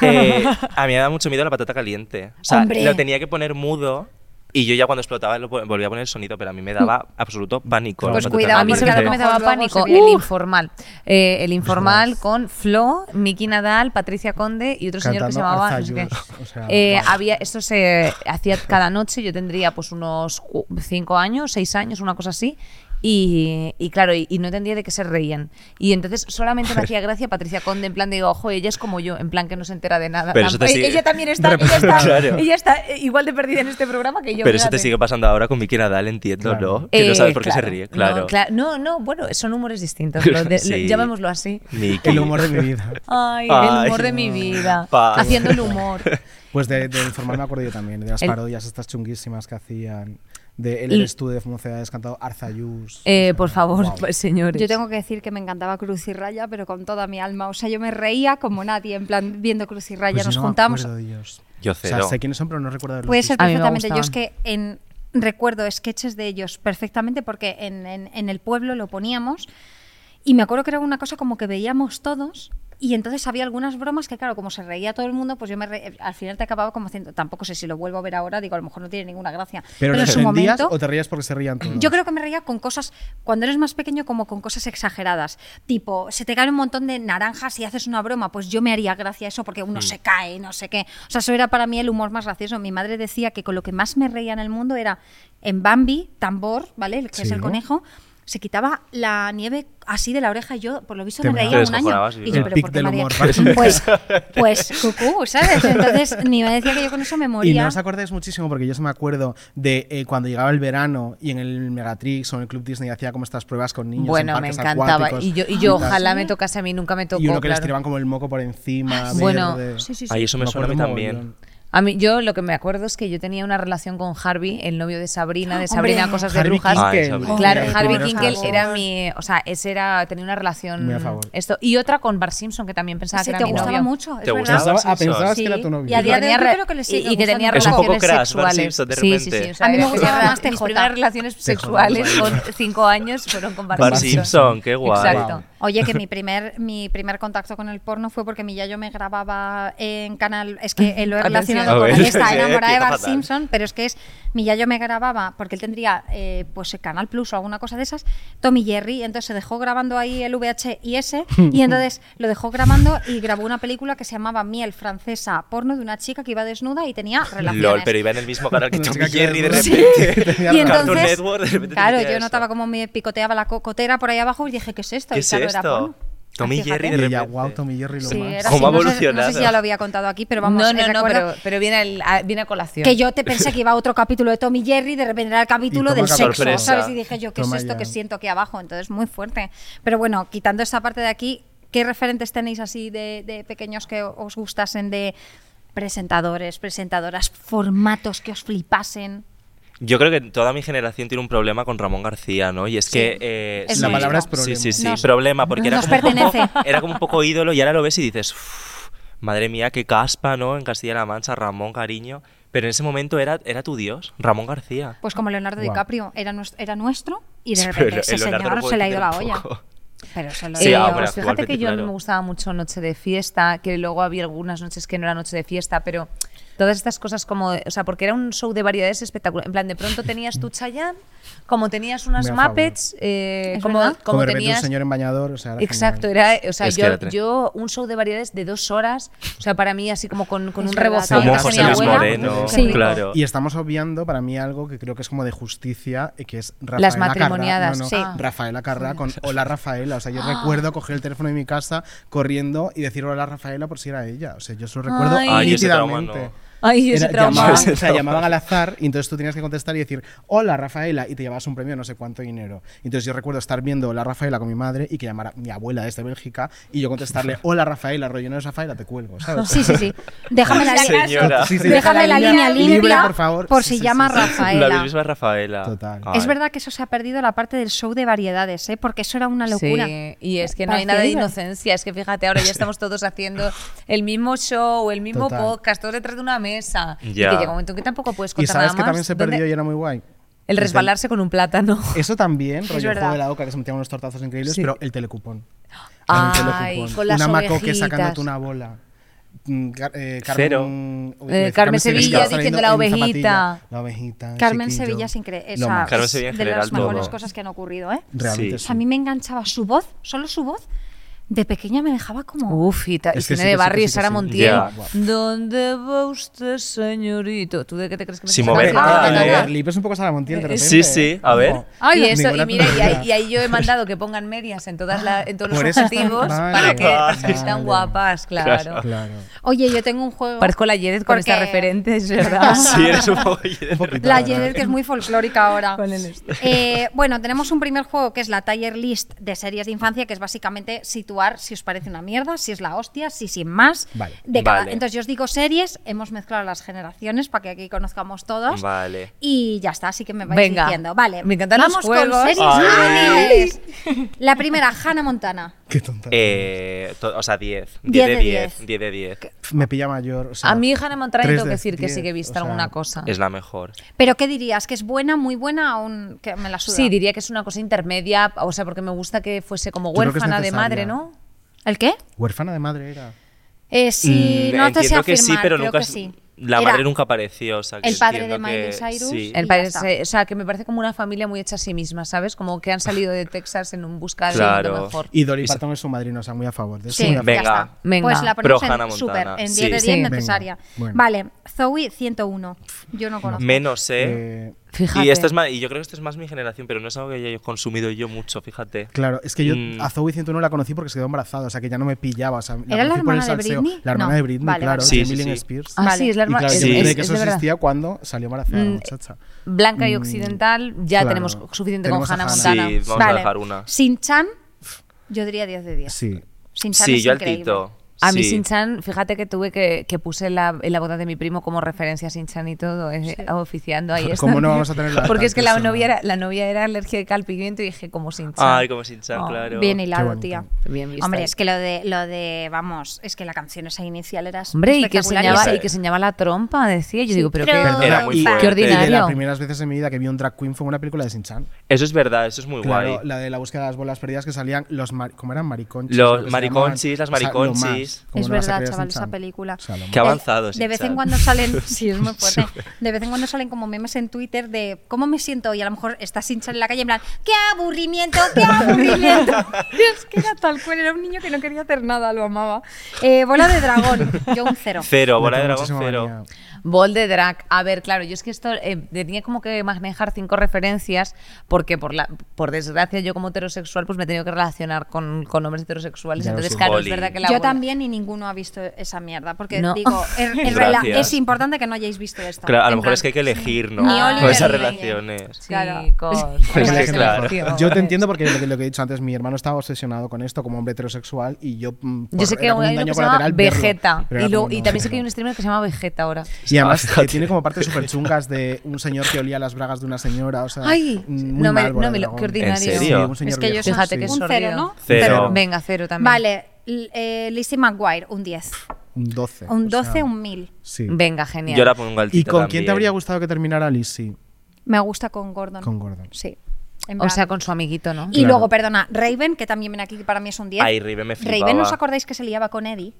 S4: Eh, a mí me da mucho miedo la patata caliente. O sea,
S1: Hombre.
S4: lo tenía que poner mudo. Y yo ya cuando explotaba lo po- volvía a poner el sonido, pero a mí me daba absoluto pánico.
S1: Pues
S4: Cuando
S1: cuidado,
S2: a mí
S4: tocaba
S2: sobre
S1: porque
S4: el
S1: a
S2: todo
S1: lo
S2: me
S4: piano.
S1: mejor luego
S2: daba pánico
S1: se ve-
S2: el informal. Eh,
S4: Pues
S2: el informal con Flo, Miki Nadal, Patricia Conde y otro señor que
S5: Cantando
S2: se llamaba. no sé
S5: Arzayus,
S2: qué.
S5: o sea,
S2: Eh,
S5: guau.
S2: había, esto se hacía cada noche, yo tendría pues unos 5 años, 6 años, una cosa así. Y, y claro, y, y no entendía de qué se reían. Y entonces solamente me hacía gracia Patricia Conde, en plan de, ojo, ella es como yo, en plan que no se entera de nada.
S4: Pero eso te
S2: Eh,
S4: sigue-
S2: Ella también
S5: De
S2: está, ella está,
S4: Claro.
S2: ella está, eh, igual de perdida en este programa que yo.
S4: Pero eso te
S2: fíjate.
S4: sigue pasando ahora con Vicky Nadal, entiendo,
S5: Claro.
S4: ¿no? Que no
S2: Eh,
S4: sabes por qué
S2: claro.
S4: se ríe, claro.
S2: No, cla- no, no, bueno, son humores distintos. lo de- lo-
S4: Sí.
S2: llamémoslo así.
S4: Miki.
S5: El humor de mi vida.
S2: Ay, el
S4: Ay.
S2: humor de mi vida.
S4: Pa.
S2: Haciendo el humor.
S5: Pues de, de informar me acuerdo yo también, de las
S2: El-
S5: parodias estas chunguísimas que hacían. De el,
S2: Y-
S5: estudio de Mocedades cantado Arzayus. o
S2: Eh,
S5: sea,
S2: por favor,
S5: guau.
S2: pues, señores.
S1: Yo tengo que decir que me encantaba Cruz y Raya, pero con toda mi alma. O sea, yo me reía como nadie, en plan, viendo Cruz y Raya,
S5: Pues yo
S1: nos
S5: no me
S1: juntamos.
S5: acuerdo de ellos.
S4: Yo
S5: O
S4: cero.
S5: sea, sé quiénes son, pero no recuerdo haberlos
S1: Puede ser
S2: A mí me
S1: perfectamente. Yo es
S2: gustaban.
S1: que en, recuerdo sketches de ellos perfectamente porque en, en- en el pueblo lo poníamos y me acuerdo que era una cosa como que veíamos todos. Y entonces había algunas bromas que, claro, como se reía todo el mundo, pues yo me re- al final te acababa como haciendo. Tampoco sé si lo vuelvo a ver ahora, digo, a lo mejor no tiene ninguna gracia.
S5: Pero,
S1: en
S5: ¿les
S1: su
S5: entendías
S1: momento.
S5: o te reías porque se reían todos.
S1: Yo creo que me reía con cosas, cuando eres más pequeño, como con cosas exageradas. Tipo, se te caen un montón de naranjas y haces una broma, pues yo me haría gracia eso porque
S5: Mm.
S1: uno se cae, no sé qué. O sea, eso era para mí el humor más gracioso. Mi madre decía que con lo que más me reía en el mundo era en Bambi, tambor, ¿vale? El que es
S5: Sí.
S1: el conejo. Se quitaba la nieve así de la oreja y yo, por lo visto,
S5: Te
S1: me reía
S4: meabas.
S1: un
S4: Te
S1: año.
S4: descojonabas y
S1: Y
S5: El
S1: yo, ¿pero
S5: pic
S1: por qué
S5: del
S1: me haría-
S5: humor.
S1: Pues, pues, cucú, ¿sabes? Entonces, ni me decía que yo con eso me
S5: Y
S1: moría.
S5: no os acordáis muchísimo, porque yo se me acuerdo de eh, cuando llegaba el verano y en el Megatrix o en el Club Disney hacía como estas pruebas con niños. en
S2: bueno, me
S5: parques
S2: encantaba.
S5: acuáticos,
S2: Y yo, y yo
S5: las-
S2: ojalá me tocase a mí, nunca me tocó.
S5: y uno que les
S2: claro. Ah,
S5: tiraban como el moco por encima.
S2: Bueno,
S5: verde.
S2: sí, sí, sí.
S4: Ay, eso me, suena a mí
S5: acuerdo
S4: también.
S5: mogollón.
S2: A mí, yo lo que me acuerdo es que yo tenía una relación con Harvey, el novio de Sabrina, de
S1: Hombre.
S2: Sabrina Cosas de
S5: Harvey
S2: Brujas.
S4: Ay,
S5: Kinkel.
S4: Sabrina.
S2: Claro,
S1: Hombre,
S2: Harvey
S1: por
S2: Kinkel
S1: favor.
S2: era mi, o sea, ese era tenía una relación
S5: Muy a favor.
S2: esto y otra con Bart Simpson que también pensaba
S1: Sí,
S2: que
S1: te
S2: era mi
S1: gustaba
S2: novio.
S1: mucho. es
S4: ¿Te
S1: verdad.
S4: gustaba?
S5: Pensaba- ah,
S4: Simpsons.
S5: pensabas
S1: Sí.
S5: que era tu novio.
S1: Y a
S2: Y que
S1: día de hoy
S2: tenía
S1: yo
S2: re-
S1: creo que le
S2: y,
S1: sigue
S2: y que tenía
S1: gustando.
S4: Es un poco
S2: relaciones
S4: crash, Bart
S2: sexuales.
S4: Simpson, de
S2: Sí, sí, sí.
S4: repente.
S2: o sea, eh,
S1: A mí me
S2: era-
S1: gustaba más
S2: mis
S1: TJ.
S2: primeras relaciones sexuales con cinco años fueron con Bart,
S4: Bart
S2: Simpson.
S4: Simpson, qué guay.
S2: Exacto.
S1: Oye, que mi primer, mi primer contacto con el porno fue porque mi yayo me grababa en canal. Es que eh, lo he
S2: Atención.
S1: relacionado
S4: A
S1: con
S4: ver,
S1: él, está
S4: Ah, sí,
S1: enamorada de
S4: empieza
S1: Bart
S4: fatal.
S1: Simpson, pero es que es. Mi yayo me grababa porque él tendría eh, pues el Canal Plus o alguna cosa de esas, Tommy Jerry, entonces se dejó grabando ahí el VHS y entonces lo dejó grabando y grabó una película que se llamaba Miel Francesa Porno de una chica que iba desnuda y tenía relaciones.
S4: LOL, pero iba en el mismo canal que
S5: Una
S4: Tom
S5: chica
S4: y
S5: que
S4: Jerry de
S5: era- Sí.
S4: repente.
S5: Tenía
S1: Y
S5: razón.
S4: Cartoon
S1: entonces,
S4: Network, de repente te
S1: claro,
S4: metía
S1: yo
S4: eso.
S1: notaba cómo me picoteaba la cocotera por ahí abajo y dije, ¿qué es esto? Y
S4: ¿Qué es
S1: claro, era
S4: esto?
S1: porno.
S4: Tom y
S1: Así,
S4: Jerry
S1: fíjate.
S4: de
S5: Y ya,
S4: repente.
S5: wow, Tom y Jerry lo
S1: Sí,
S5: más.
S1: era así.
S4: ¿Cómo ha
S1: No sé- No sé,
S4: evolucionado?
S1: si ya lo había contado aquí, pero vamos,
S2: no,
S1: eh,
S2: no, no,
S1: recuerdo
S2: pero, pero viene, el- a- viene a colación.
S1: que yo te pensé que iba otro capítulo de Tommy Jerry, de repente era el capítulo
S5: Y
S1: del
S5: toma
S1: sexo,
S4: sorpresa.
S1: ¿sabes? Y dije yo, ¿qué
S5: Toma
S1: es esto
S5: ya.
S1: que siento aquí abajo? Entonces, muy fuerte. Pero bueno, quitando esa parte de aquí, ¿qué referentes tenéis así de, de pequeños que os gustasen de presentadores, presentadoras, formatos que os flipasen?
S4: Yo creo que toda mi generación tiene un problema con Ramón García, ¿no? Y es que... eh,
S1: Es
S4: sí.
S1: La palabra es
S5: problema.
S4: Sí, sí, sí,
S1: Nos-
S4: problema, porque era
S1: nos
S4: como, un poco,
S1: pertenece.
S4: era como un poco ídolo y ahora lo ves y dices, "Uf, madre mía, qué caspa, ¿no? En Castilla-La Mancha, Ramón, cariño. Pero en ese momento era, era tu dios, Ramón García.
S1: Pues como Leonardo
S5: Guau.
S1: DiCaprio era nuestro, era nuestro y de
S4: Sí,
S1: repente
S4: pero
S1: ese
S4: el Leonardo
S1: señor
S4: lo puede
S1: se le ha ido
S4: entender
S1: la
S4: un
S1: olla.
S4: poco.
S1: Pero se lo
S4: Sí,
S2: Eh,
S1: digo.
S4: ah, bueno,
S2: pues fíjate
S4: actualmente,
S2: que yo a mí
S4: claro.
S2: me gustaba mucho Noche de Fiesta, que luego había algunas noches que no era Noche de Fiesta, pero todas estas cosas como, o sea, porque era un show de variedades espectacular. En plan, de pronto tenías tu Chayanne, como tenías unas
S5: Muy a favor.
S2: Muppets, eh,
S1: Es
S2: como,
S1: verdad.
S5: Como
S2: como
S5: de repente un
S2: tenías...
S5: señor en bañador. O sea, era
S2: Exacto,
S5: genial.
S2: era, o sea,
S4: Es que
S2: yo,
S4: era tres.
S2: yo un show de variedades de dos horas, o sea, para mí así como con, con
S1: Es
S2: un
S1: verdad,
S2: rebozado
S1: Como
S4: Como
S2: que
S1: José
S4: José
S2: tenía
S1: Luis
S4: Luis
S2: abuela.
S4: Moreno,
S1: Sí.
S4: claro.
S5: Y estamos obviando para mí algo que creo que es como de justicia, eh, que es Rafaela
S2: Las
S5: Carrá.
S2: matrimoniadas,
S5: No, no,
S2: sí. Ah.
S5: Rafaela Carrá con Hola Rafaela. O sea, yo recuerdo coger el teléfono de mi casa corriendo y decir Hola Rafaela por si era ella. O sea, yo eso lo recuerdo
S2: Ay. Ay,
S4: ese trauma
S5: nítidamente.
S4: no.
S2: Ay, ese
S5: Era-
S2: trauma.
S5: llamaban, o sea, llamaban al azar y entonces tú tenías que contestar y decir hola Rafaela y te llevabas un premio de no sé cuánto dinero. Entonces yo recuerdo estar viendo hola Rafaela con mi madre y que llamara mi abuela desde Bélgica y yo contestarle hola Rafaela, rollo no es Rafaela, te cuelgo, ¿sabes?
S1: Sí, sí, sí. Déjame la,
S4: Señora.
S1: línea-
S5: Sí, sí,
S1: déjame la línea limpia
S5: por favor.
S1: por
S5: Sí,
S1: si
S5: sí,
S1: llama
S5: sí, sí.
S1: Rafaela.
S4: La misma Rafaela.
S5: Total.
S4: Ay.
S1: Es verdad que eso se ha perdido la parte del show de variedades, ¿eh? porque eso era una locura.
S2: Sí, y es que no
S1: Parecía
S2: hay nada de
S1: divertido.
S2: inocencia. Es que fíjate, ahora ya estamos todos haciendo el mismo show, el mismo
S5: Total.
S2: podcast, todos detrás de una mesa. Y
S4: Ya.
S2: que llega un momento en que tampoco puedes
S5: Y
S2: contar
S5: sabes
S2: nada
S5: que
S2: más.
S5: también se
S2: ¿Dónde-
S5: perdió y era muy guay.
S2: El resbalarse con un plátano.
S5: Eso también, rollo el juego
S1: verdad.
S5: de la oca que se metían unos tortazos increíbles,
S2: Sí.
S5: pero el telecupón.
S2: Ay, con las
S5: una macoque
S2: ovejitas.
S5: sacándote una bola. mm, Car- eh,
S4: Cero.
S5: Carmen, uy,
S2: Eh,
S5: iba a decir
S2: Carmen Sevilla
S5: saliendo
S2: diciendo la
S5: en zapatilla.
S2: ovejita.
S5: La ovejita. el
S1: Carmen
S5: chiquillo.
S1: Sevilla sin creer.
S5: Lo
S1: Esa
S5: más.
S4: Carmen
S1: es
S4: Sevilla en
S1: de las
S4: general, todo.
S1: mejores cosas que han ocurrido, ¿eh?
S5: Realmente
S4: Sí.
S1: O
S5: sí.
S1: sea, a mí me enganchaba su voz, solo su voz. De pequeña me dejaba como.
S2: Uf, y, ta- y
S5: Es que
S2: Cine
S5: sí, que
S2: de
S5: sí,
S2: Barrio
S5: que
S2: y
S5: sí, que
S2: Sara
S5: sí.
S2: Montiel.
S4: Ya.
S2: ¿Dónde va usted, señorito? ¿Tú de qué te crees que me
S4: Sin
S2: estás
S4: mover
S2: hablando?
S4: nada,
S5: Ah,
S4: ¿eh?
S5: el clip es un poco Sara Montiel, de
S2: Eh,
S4: sí,
S5: repente.
S4: sí, a ver.
S5: Ojo.
S2: Ay, eso, y
S5: Ninguna
S2: mira, y ahí,
S5: tontería.
S2: y ahí yo he mandado que pongan medias en todas la- en todos los
S5: Por eso están-
S2: objetivos
S5: vale,
S2: para que
S5: vale.
S2: están guapas, claro.
S5: Claro.
S1: Oye, yo tengo un juego.
S2: Parezco la Yedet con
S1: Porque-
S2: esta referente, es verdad.
S4: Sí, eres un poco...
S5: Un poquito,
S1: La
S5: la verdad.
S1: Jenner, que es muy folclórica ahora.
S2: Con el este.
S1: Eh, bueno, tenemos un primer juego que es la Tier List de series de infancia, que es básicamente situar si os parece una mierda, si es la hostia, si sin más.
S5: Vale.
S1: de cada-
S4: Vale.
S1: Entonces yo os digo series, hemos mezclado las generaciones para que aquí conozcamos todos.
S4: Vale.
S1: Y ya está, así que me vais
S2: Venga.
S1: diciendo. Vale,
S2: Me encantan los
S1: vamos
S2: juegos.
S1: con series
S4: Ay.
S1: juveniles. La primera, Hannah Montana.
S5: Qué tonta.
S4: Eh, to- o sea, 10.
S1: 10
S4: 10
S1: de
S4: de
S1: 10.
S4: 10. 10 de 10.
S5: Pf, Me pilla mayor. o sea,
S2: A mi hija Hannah Montana
S5: tres
S2: tengo que
S5: de
S2: decir que sí que he
S5: diez,
S2: visto
S5: o sea,
S2: alguna cosa.
S4: Es la mejor.
S1: ¿Pero qué dirías? ¿Que es buena, muy buena o un- que me la suda?
S2: Sí, diría que es una cosa intermedia, o sea, porque me gusta que fuese como
S5: creo que es
S2: huérfana de madre,
S5: necesaria.
S2: ¿no?
S1: ¿El qué?
S5: Huérfana de madre era.
S1: Eh, sí,
S4: Mm,
S1: no te sé
S4: entiendo
S1: afirmar,
S4: que sí, pero
S1: creo
S4: nunca.
S1: que
S4: es-
S1: sí.
S4: La
S1: Era-
S4: madre nunca apareció. O sea, que
S1: el padre de
S4: entiendo
S1: Miley
S4: que-
S1: Cyrus
S4: sí.
S1: y-
S2: El
S1: ya
S2: padre,
S1: está.
S2: se- o sea, que me parece como una familia muy hecha a sí misma, ¿sabes? Como que han salido de Texas en un busca de lo
S4: Claro.
S2: mejor.
S5: Y Dolly Parton es su madrino, o sea, muy a favor. De eso,
S1: Sí,
S5: muy a favor.
S4: Venga.
S1: ya está.
S2: Venga.
S1: Pues la
S4: Pro
S1: ponemos
S4: Hannah
S1: en
S4: Montana.
S1: super, en 10
S4: Sí.
S1: de 10
S2: Sí, venga.
S1: necesaria.
S5: Bueno.
S1: Vale, Zoe 101. Yo no conozco.
S4: Menos, ¿eh?
S5: Eh,
S2: Fíjate.
S4: Y, esto es ma- y yo creo que esto es más mi generación, pero no es algo que haya consumido yo mucho, fíjate.
S5: Claro, es que yo
S4: Mm.
S5: a Zoe 101 la conocí porque se quedó embarazada, o sea que ya no me pillaba. O sea,
S1: ¿Era la
S5: conocí por el
S1: hermana de
S5: salseo.
S1: Britney?
S5: La hermana
S1: No.
S5: de Britney,
S1: Vale,
S5: claro,
S1: vale.
S4: Sí,
S5: de
S4: sí,
S5: Emily
S4: sí.
S5: Spears.
S2: Ah,
S1: Vale.
S2: sí, es la
S5: Y
S2: hermana.
S5: claro,
S2: es-
S5: yo me
S2: es-
S5: enteré que
S2: es
S5: eso
S2: de verdad.
S5: existía cuando salió embarazada la
S2: Mm,
S5: muchacha.
S2: Blanca y
S5: Mm,
S2: occidental, ya
S5: claro.
S2: tenemos suficiente
S5: Tenemos a
S2: con Hannah
S5: Hannah.
S2: Montana.
S4: Sí, vamos a dejar una.
S1: Sin Chan, yo diría 10 de 10.
S5: Sí.
S1: Sin Chan
S4: Sí,
S1: es
S4: yo al
S1: increíble.
S4: Tito.
S2: A mí
S4: sí.
S2: Sinchan, fíjate que tuve que, que puse la, en la boda de mi primo como referencia a Sinchan y todo, eh, oficiando ahí.
S5: ¿Cómo
S2: está.
S5: no vamos a tener la
S2: Porque es que la
S5: tantísima?
S2: novia, era, la novia era alérgica al pimiento y dije como Sinchan.
S4: Ay, como Sinchan,
S2: Oh,
S4: claro.
S1: Bien
S5: Qué
S1: hilado,
S5: bonito.
S1: tía.
S2: Bien vista.
S1: Hombre, es que lo de, lo de, vamos, es que la canción esa inicial era
S2: Hombre, y que,
S1: espectacular.
S2: enseñaba,
S4: ese-
S2: y que enseñaba la trompa, decía. Yo digo, pero qué,
S1: Trompa.
S4: Era muy
S5: y-
S4: fuerte.
S2: qué
S5: Y
S4: Qué
S5: de
S2: ordinario.
S5: las primeras veces en mi vida que vi un drag queen fue una película de Sinchan.
S4: Eso es verdad, eso es muy
S5: Claro,
S4: guay.
S5: la de la búsqueda de las bolas perdidas que salían los mar- ¿cómo eran mariconchis?
S4: Los
S5: lo que se llamaban.
S4: mariconchis, las
S5: O sea, lo
S4: mariconchis.
S5: más. ¿Cómo
S1: Es
S5: no vas
S1: verdad,
S5: a creer
S1: chaval,
S5: Sinchan?
S1: esa película.
S5: O sea, lo
S4: Qué
S5: más.
S4: avanzado,
S1: Eh, De vez en
S4: Sinchan.
S1: cuando salen, sí, es muy fuerte. De vez en cuando salen como memes en Twitter de cómo me siento y a lo mejor está Sinchan en la calle en plan, ¡qué aburrimiento! ¡Qué aburrimiento! es que era tal cual, era un niño que no quería hacer nada, lo amaba. Eh, bola de dragón, yo un cero.
S4: Cero,
S5: Le
S4: bola de
S5: tengo
S4: dragón,
S5: muchísima
S4: cero.
S5: manía.
S2: Bol de drag. A ver, claro, yo es que esto eh, tenía como que manejar cinco referencias porque por la por desgracia yo como heterosexual pues me he tenido que relacionar con, con hombres heterosexuales.
S5: Ya lo
S2: Entonces,
S5: sé.
S2: claro, es
S4: Boli.
S2: verdad que la
S1: Yo
S2: bola-
S1: también y ninguno ha visto esa mierda, porque
S2: No.
S1: digo, es, es rela-
S4: Gracias.
S1: es importante que no hayáis visto esto.
S4: Claro, a
S1: En
S4: lo mejor
S1: plan,
S4: es que hay que elegir, ¿no?
S1: Ni
S4: Con
S1: Oliver
S4: esas
S1: ni Reyes.
S4: relaciones.
S1: Claro.
S2: Chicos,
S4: Pues
S5: Por
S4: es que
S5: ejemplo,
S4: claro.
S5: Yo te entiendo porque lo que, lo que he dicho antes, mi hermano estaba obsesionado con esto como hombre heterosexual y yo. mm,
S2: Yo
S5: por-
S2: sé que
S5: era como un
S2: hay uno
S5: daño
S2: que se llama
S5: colateral verlo,
S2: Vegeta.
S5: pero
S2: Y,
S5: era
S2: luego-
S5: como,
S2: y
S5: no,
S2: también sé
S5: no.
S2: que hay un streamer que se llama Vegeta ahora.
S5: Y además
S4: Ah,
S5: eh,
S4: fíjate.
S5: tiene como partes súper chungas de un señor que olía las bragas de una señora. O sea,
S2: Ay,
S5: mm, muy
S2: no me-
S5: mal, Bola
S2: no me
S5: de
S2: lo-
S5: Dragón.
S2: qué ordinario.
S4: ¿En serio?
S5: Sí, un señor
S1: Es que yo
S5: viejo,
S1: soy
S2: Fíjate
S5: sí.
S2: que
S1: un
S2: sordido.
S1: cero, ¿no?
S4: Cero.
S1: Cero.
S2: Venga, cero también.
S1: Vale, l- eh, Lizzie McGuire, un 10.
S5: Un 12.
S1: Un
S5: o sea,
S1: 12, un 1000.
S5: Sí.
S2: Venga, genial.
S4: Yo la pongo al
S5: ¿Y
S4: Tito
S5: con quién te
S4: también.
S5: habría gustado que terminara Lizzie?
S1: Me gusta con Gordon.
S5: Con Gordon.
S1: Sí. En
S2: o
S1: plan-
S2: sea, con su amiguito, ¿no?
S1: Y
S5: Claro.
S1: luego, perdona, Raven, que también viene aquí, que para mí es un 10.
S4: Ay, Raven me
S1: Raven,
S4: flipaba.
S1: ¿no os acordáis que se liaba con Eddie?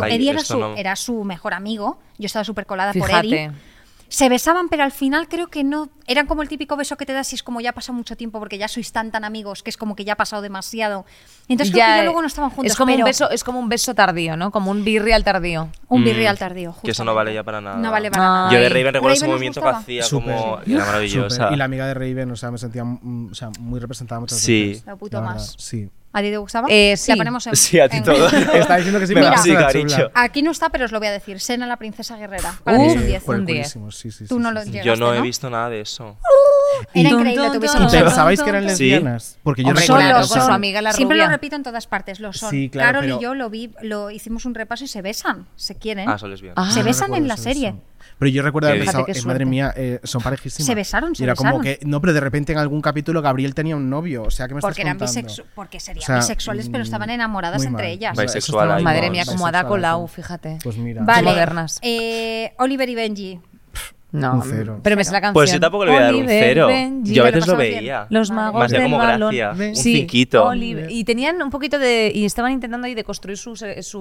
S4: Ay,
S1: Eddie era
S4: esto
S1: su,
S4: no.
S1: era su mejor amigo. Yo estaba súper colada por
S2: Fíjate.
S1: Eddie. Se besaban, pero al final creo que no. Eran como el típico beso que te das y es como ya ha pasado mucho tiempo porque ya sois tan tan amigos que es como que ya ha pasado demasiado. Entonces creo que ya luego no estaban juntos.
S2: Es como, un
S1: pero
S2: beso, es como un beso tardío, ¿no? Como un birrial tardío.
S1: Un
S4: Mm,
S1: birrial tardío.
S4: que eso no
S1: justamente.
S4: vale ya para nada.
S1: No vale
S2: Ah.
S1: para nada.
S4: Yo de
S2: Ay.
S4: Raven recuerdo ese
S1: Raven nos
S4: movimiento que
S1: gustaba.
S4: hacía
S5: Súper.
S4: como. Era maravillosa.
S5: Súper. Y la amiga de Raven, o sea, me sentía mm, o sea, muy representada muchas
S4: Sí.
S5: veces.
S1: Lo puto
S5: la verdad,
S1: más.
S5: Sí.
S1: ¿A ti te gustaba?
S2: Eh, sí.
S1: La ponemos en.
S4: Sí, a ti
S1: en-
S4: todo.
S5: Está diciendo que sí,
S4: Me
S5: pero
S1: va,
S5: es
S1: sí,
S5: una
S4: cariño.
S5: chula.
S1: Aquí no está, pero os lo voy a decir. Sena la princesa guerrera.
S2: Uh,
S1: Para mí es un
S5: Eh,
S1: 10.
S5: joder,
S2: un 10.
S5: buenísimo, sí, sí,
S1: Tú
S5: sí,
S1: no
S5: sí,
S1: lo
S5: sí.
S1: llegaste,
S4: Yo no he
S1: ¿no?
S4: visto nada de eso.
S1: Era
S2: Tum,
S1: increíble,
S2: tum,
S1: te hubiese
S2: tum,
S5: ¿Y
S2: Son,
S1: gustado.
S5: pensabais
S2: son,
S5: que eran
S2: son.
S4: Sí.
S5: lesbianas? Porque yo
S2: Hombre,
S5: recuerdo-
S2: claro,
S1: Son,
S2: con
S1: lo
S2: su
S1: son.
S2: amiga la
S1: Siempre
S2: rubia.
S1: lo repito en todas partes, lo son.
S5: Sí, claro,
S1: Carol
S5: pero-
S1: y yo lo vi, lo hicimos un repaso y se besan, se quieren.
S4: Ah, solo es bien.
S2: Ah.
S1: se
S5: no
S1: besan
S5: recuerdo
S1: en la
S5: eso,
S1: serie.
S5: sí. Pero yo recuerdo haber
S4: Qué bien.
S5: pensado,
S2: Fíjate qué
S5: eh, madre
S2: suerte.
S5: mía, eh, son parejísimas.
S1: Se besaron, se
S5: Y era como
S1: besaron.
S5: que, no, pero de repente en algún capítulo Gabriel tenía un novio, o sea, ¿qué me
S1: Porque
S5: estás
S1: eran
S5: contando?
S1: bisexu- porque serían
S5: O sea, mm,
S1: bisexuales, pero estaban enamoradas
S5: muy
S1: entre
S5: mal.
S1: ellas.
S5: O sea, eso
S4: Bisexual
S5: estaba
S4: ahí,
S5: muy
S2: Madre
S5: mal.
S2: mía, como Ada
S5: Bisexual,
S2: Colau,
S5: sí.
S2: fíjate.
S5: Pues mira.
S2: Va-
S1: Vale.
S2: modernas.
S1: Eh, Oliver y Benji.
S2: Eh, No,
S5: Un cero.
S2: pero me sé la canción.
S4: Pues yo tampoco le voy a dar un
S2: Oliver
S4: cero.
S2: Benji,
S4: Yo a
S2: me lo
S4: veces lo
S2: pasaba bien.
S4: veía.
S2: Los
S1: Vale.
S2: magos
S4: Más ya
S2: del
S4: como
S2: balón.
S4: gracia, un
S2: Sí,
S4: cinquito.
S2: Oliver. Y tenían un poquito de... Y estaban intentando ahí de construir su, su, su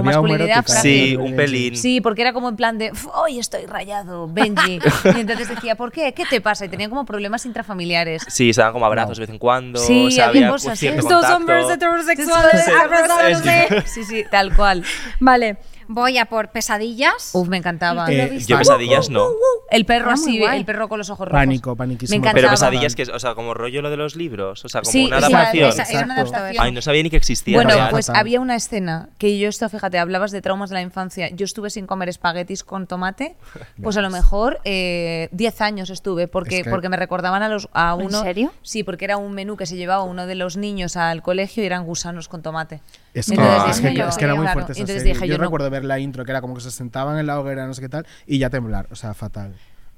S5: Había un
S2: masculinidad
S5: erótica.
S2: frágil.
S4: Sí, un pelín.
S2: Sí, porque era como en plan de, "Uf, hoy estoy rayado, Benji. Y entonces decía, ¿por qué? ¿Qué te pasa? Y tenía como problemas intrafamiliares.
S4: Sí, se daban como abrazos de vez en cuando.
S2: Sí,
S4: o sea,
S2: había
S4: había
S2: cosas,
S4: un cierto
S2: ¿eh?
S1: Estos
S4: contacto.
S1: hombres heterosexuales
S2: Sí.
S1: abrazándose.
S2: Sí, sí, tal cual.
S1: Vale, voy a por pesadillas.
S2: Uf, me encantaba.
S1: ¿Lo
S5: Eh,
S1: viste?
S4: Yo pesadillas no.
S2: El perro
S1: Ah, muy
S2: así,
S1: guay.
S2: el perro con los ojos rojos.
S5: Pánico, paniquísimo.
S2: Me
S4: Pero
S2: encantaba.
S4: pesadillas que es, o sea, como rollo lo de los libros, o sea, como
S2: Sí,
S4: una
S2: sí,
S4: adaptación.
S2: esa- era una
S5: Exacto.
S2: adaptación.
S4: Ay, no sabía ni que existía.
S2: Bueno,
S5: Era
S4: real.
S2: pues
S5: fatal.
S2: había una escena que yo esto, fíjate, hablabas de traumas de la infancia. Yo estuve sin comer espaguetis con tomate, pues a lo mejor eh, 10 años estuve, porque,
S5: Es que-
S2: porque me recordaban a los a
S1: ¿En
S2: uno.
S1: serio?
S2: Sí, porque era un menú que se llevaba uno de los niños al colegio y eran gusanos con tomate.
S5: Es que,
S2: Entonces
S4: Ah,
S5: es,
S2: dije
S5: que,
S2: yo,
S5: es que era muy
S2: claro,
S5: fuerte esa
S2: entonces
S5: serie.
S2: dije
S5: yo
S2: yo, no.
S5: recuerdo ver la intro, que era como que se sentaban en la hoguera, no sé qué tal, y ya temblar. O sea, fatal.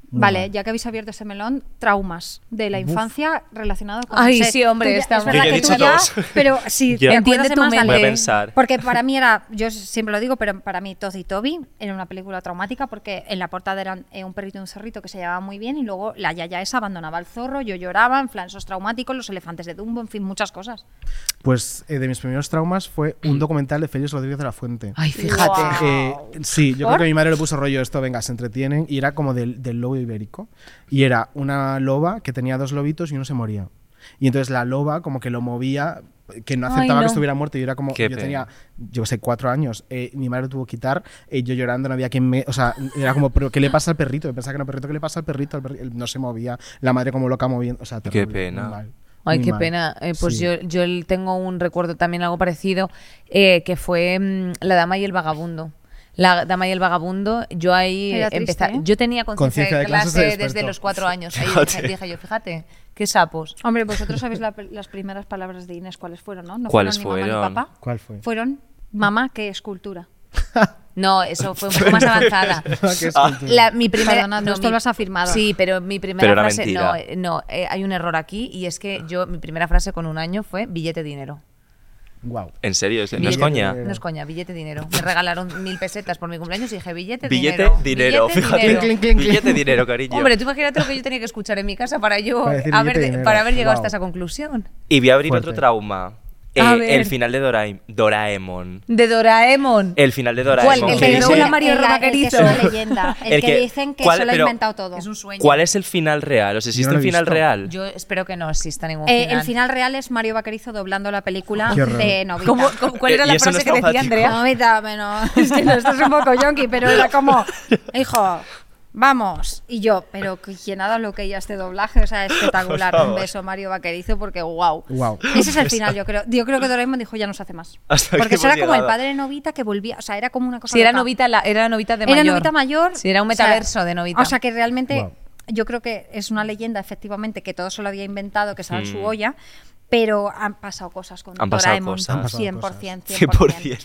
S5: Muy
S1: Vale,
S5: mal.
S1: ya que habéis abierto ese melón, traumas de la infancia relacionados con
S2: Ay,
S1: el sexo.
S2: sí, hombre,
S1: Tú ya-
S2: estamos-
S1: es verdad
S4: Yo ya he
S1: que tú
S4: dicho
S1: ya-
S4: dos.
S1: pero sí,
S4: Ya.
S1: te
S2: Entiende
S1: acuerdas
S2: tu
S1: más, dale.
S2: mente. Voy a
S4: pensar.
S1: Porque para mí era, yo siempre lo digo, pero para mí Todd y Toby era una película traumática porque en la portada eran eh, un perrito y un cerrito que se llevaba muy bien y luego la yaya esa abandonaba al zorro, yo lloraba, en plan, esos traumáticos, los elefantes de Dumbo, en fin, muchas cosas.
S5: Pues eh, de mis primeros traumas fue un documental de Félix Rodríguez de la Fuente.
S2: Ay, fíjate.
S1: Guau.
S5: Eh, sí, yo
S1: ¿Por?
S5: creo que mi madre le puso rollo esto, venga, se entretienen, y era como del, del lobo ibérico. Y era una loba que tenía dos lobitos y uno se moría. Y entonces la loba como que lo movía, que no
S2: Ay,
S5: aceptaba
S2: no.
S5: que estuviera muerto. Y era como,
S4: Qué
S5: yo
S4: pena.
S5: tenía, yo qué sé, cuatro años, eh, mi madre lo tuvo que quitar, eh, yo llorando, no había quien me... O sea, era como, pero ¿qué le pasa al perrito? Yo pensaba que era un perrito, ¿qué le pasa al perrito? El perri- el- no se movía, la madre como loca moviendo, o sea,
S4: Qué
S5: terrible, muy
S4: pena.
S5: mal,
S2: Ay,
S5: muy
S2: qué
S5: mal.
S2: pena. Eh, pues
S5: Sí.
S2: yo, yo el- tengo un recuerdo también algo parecido, eh, que fue mm, La Dama y el Vagabundo. La Dama y el Vagabundo, yo ahí
S1: Era triste,
S2: empecé.
S1: ¿eh?
S2: Yo tenía conciencia de, clase, desde
S5: despertó.
S2: los cuatro años. Ahí
S4: Fíjate.
S2: dije, dije yo, fíjate, qué sapos.
S1: Hombre, vosotros sabéis la- las primeras palabras de Inés cuáles fueron, ¿no? ¿No
S4: ¿Cuáles
S1: ni mamá ni
S4: fueron?
S1: papá?
S5: ¿Cuál fue?
S1: Fueron mamá, que escultura.
S2: No, eso fue un poco más avanzada.
S4: Ah.
S5: Qué escultura.
S2: La- mi primera,
S1: Perdona, tú esto
S2: mi-
S1: lo has afirmado.
S2: Sí, pero mi primera
S4: Pero era
S2: frase.
S4: mentira.
S2: No, eh, no eh, hay un error aquí y es que yo, mi primera frase con un año fue billete dinero.
S5: Guau.
S4: En serio, es- no
S2: Billete
S4: es coña.
S5: de-
S2: No es coña, billete dinero. Me regalaron mil pesetas por mi cumpleaños y dije billete,
S4: Billete,
S2: dinero.
S4: dinero,
S2: billete,
S4: fíjate.
S2: dinero.
S5: Clink, clink, clink.
S4: Billete, dinero, cariño.
S2: Hombre, tú imagínate lo que yo tenía que escuchar en mi casa para yo
S5: Para decir
S2: haber,
S5: billete dinero.
S2: para haber llegado
S5: Wow.
S2: hasta esa conclusión.
S4: y voy a abrir
S5: Fuerte.
S4: otro trauma.
S2: A
S4: Eh,
S2: ver.
S4: el final de Doraem- Doraemon.
S2: De Doraemon.
S4: El final de
S2: ¿Cuál?
S4: Doraemon.
S2: El
S4: que
S2: que
S4: dice-
S2: no la
S1: El-
S2: Mario
S1: el- el que es
S2: Romaquerito.
S1: una leyenda, el,
S4: El
S1: que,
S4: que-
S1: dicen que
S4: ¿cuál-
S1: se lo ha
S4: pero-
S1: inventado todo.
S2: Es un sueño.
S4: ¿Cuál es el final real? O
S5: Yo
S4: sea, ¿existe
S5: no lo
S4: un
S5: he
S4: final
S5: visto.
S4: real?
S2: Yo espero que no exista ningún
S1: Eh,
S2: final.
S1: el final real es Mario Vaquerizo doblando la película
S5: Qué horror.
S1: de Novita.
S2: ¿Cómo- cómo- ¿Cuál
S4: Eh,
S2: era
S4: y
S2: la
S4: eso no
S2: frase
S4: es
S2: que decía
S4: traumático.
S2: Andrea?
S1: Novita, bueno, es que no, esto es un poco yonki, pero era como, hijo, vamos. Y yo, pero quien ha dado lo que ella este doblaje, o sea, espectacular.
S4: Por
S1: Un
S4: favor.
S1: beso Mario Vaquerizo porque wow.
S5: Guau.
S1: Ese es el final, yo creo. Yo creo que Doraemon dijo, ya no se hace más.
S4: Hasta aquí
S1: Porque
S4: hemos
S1: eso era como el
S4: llegado.
S1: padre de Novita que volvía, o sea, era como una cosa
S2: Si era
S1: loca.
S2: novita, la- era novita de
S1: Era
S2: mayor.
S1: Novita mayor.
S2: Si era un
S1: o sea,
S2: metaverso de novita.
S1: O sea que realmente
S5: Guau.
S1: yo creo que es una leyenda, efectivamente, que todo se lo había inventado, que estaba en su
S4: Mm.
S1: olla, pero han pasado cosas con
S4: Han pasado
S1: Doraemon.
S4: cosas.
S5: Han pasado
S1: 100%.
S5: cosas.
S1: 100%.
S4: 100%.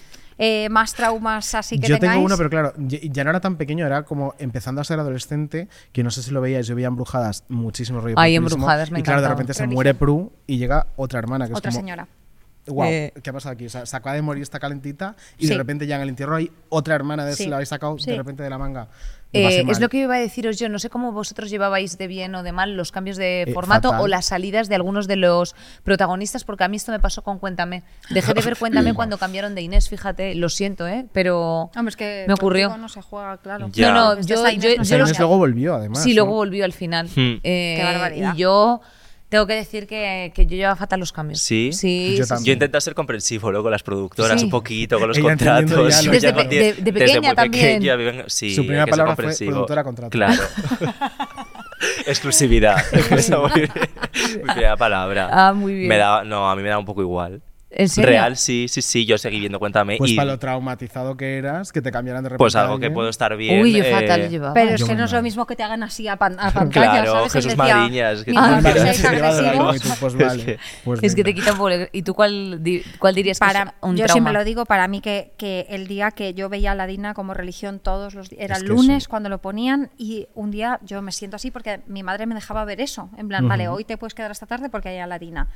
S1: Eh, más traumas así que
S5: yo
S1: tengáis.
S5: tengo uno, pero claro, ya, ya no era tan pequeño, era como empezando a ser adolescente, que no sé si lo veías, yo veía embrujadas, muchísimo rollo.
S2: Ay,
S5: populismo,
S2: Embrujadas, me
S5: Y claro, de
S2: encantaba.
S5: repente se
S1: Religión.
S5: muere Prue y llega otra hermana, que
S1: Otra
S5: es como,
S1: señora.
S5: wow,
S2: Eh.
S5: ¿qué ha pasado aquí? O sea, se acaba de morir esta calentita y
S1: Sí.
S5: de repente ya en el entierro hay otra hermana, de
S1: Sí.
S5: la habéis sacado
S1: Sí.
S5: de repente de la manga.
S2: Eh,
S5: va a ser
S2: es
S5: mal.
S2: lo que iba a deciros yo. No sé cómo vosotros llevabais de bien o de mal los cambios de
S5: Eh,
S2: formato
S5: fatal.
S2: o las salidas de algunos de los protagonistas, porque a mí esto me pasó con Cuéntame. Dejé de ver Cuéntame cuando cambiaron de Inés, fíjate. Lo siento, ¿eh? Pero
S1: Hombre, es que
S2: me ocurrió.
S1: contigo no se juega, claro.
S4: Ya.
S2: No, no,
S1: Estás
S2: yo-
S1: ahí, ¿no?
S2: yo-
S1: No
S5: Esa
S1: se
S2: lo
S5: Inés
S2: sé.
S1: juega.
S5: luego volvió, además.
S2: sí,
S5: ¿no?
S2: luego volvió al final.
S4: Hmm.
S2: Eh,
S1: Qué barbaridad.
S2: Y yo tengo que decir que, que yo llevaba fatal los cambios.
S4: ¿Sí?
S2: Sí,
S5: Yo
S2: sí,
S5: también.
S4: Yo intento ser comprensivo luego con las productoras
S2: Sí.
S4: un poquito, con los
S5: Ella entendiendo
S4: contratos.
S5: ya
S4: yo
S5: lo
S4: ya
S5: que-
S4: con die-
S2: de- de
S4: desde
S2: pequeña
S4: muy
S2: también.
S4: pequeño, a mí me- sí,
S5: Su primera
S4: hay que ser
S5: palabra fue
S4: comprensivo.
S5: productora contrato.
S4: Claro. Exclusividad. Esa muy bien. Mi primera palabra.
S2: Ah, muy bien.
S4: Me da, no, a mí me da un poco igual.
S2: ¿En serio?
S4: Real, sí, sí, sí. Yo seguí viendo, cuéntame.
S5: Pues
S4: Eh, y
S5: para lo traumatizado que eras, que te cambiaran de repente.
S4: pues
S5: a
S4: algo que
S5: alguien.
S4: puedo estar bien.
S2: Uy, yo
S4: eh,
S2: fatal lo llevaba.
S1: Pero es
S5: Yo
S1: que
S5: muy
S1: no es lo
S5: mal.
S1: mismo que te hagan así a, pan- a pantalla,
S4: Claro,
S1: ¿sabes? Él
S4: Jesús
S1: decía,
S4: Mariñas, que
S1: "Mientras
S2: tú-
S5: Vale,
S1: seáis
S5: si te llevas algo
S1: agresivos,
S5: y tú, pues
S4: Es
S5: vale,
S4: que-
S5: pues
S2: es que te
S5: venga.
S2: quita un poco. el- ¿Y tú cuál, di- cuál dirías que es
S1: para
S2: un
S1: yo
S2: trauma?
S1: siempre lo digo para mí que, que el día que yo veía a Aladina como religión todos los días era
S5: Es
S1: el
S5: que
S1: lunes
S5: sí.
S1: cuando lo ponían y un día yo me siento así porque mi madre me dejaba ver eso en plan vale hoy te puedes quedar hasta tarde porque hay Aladina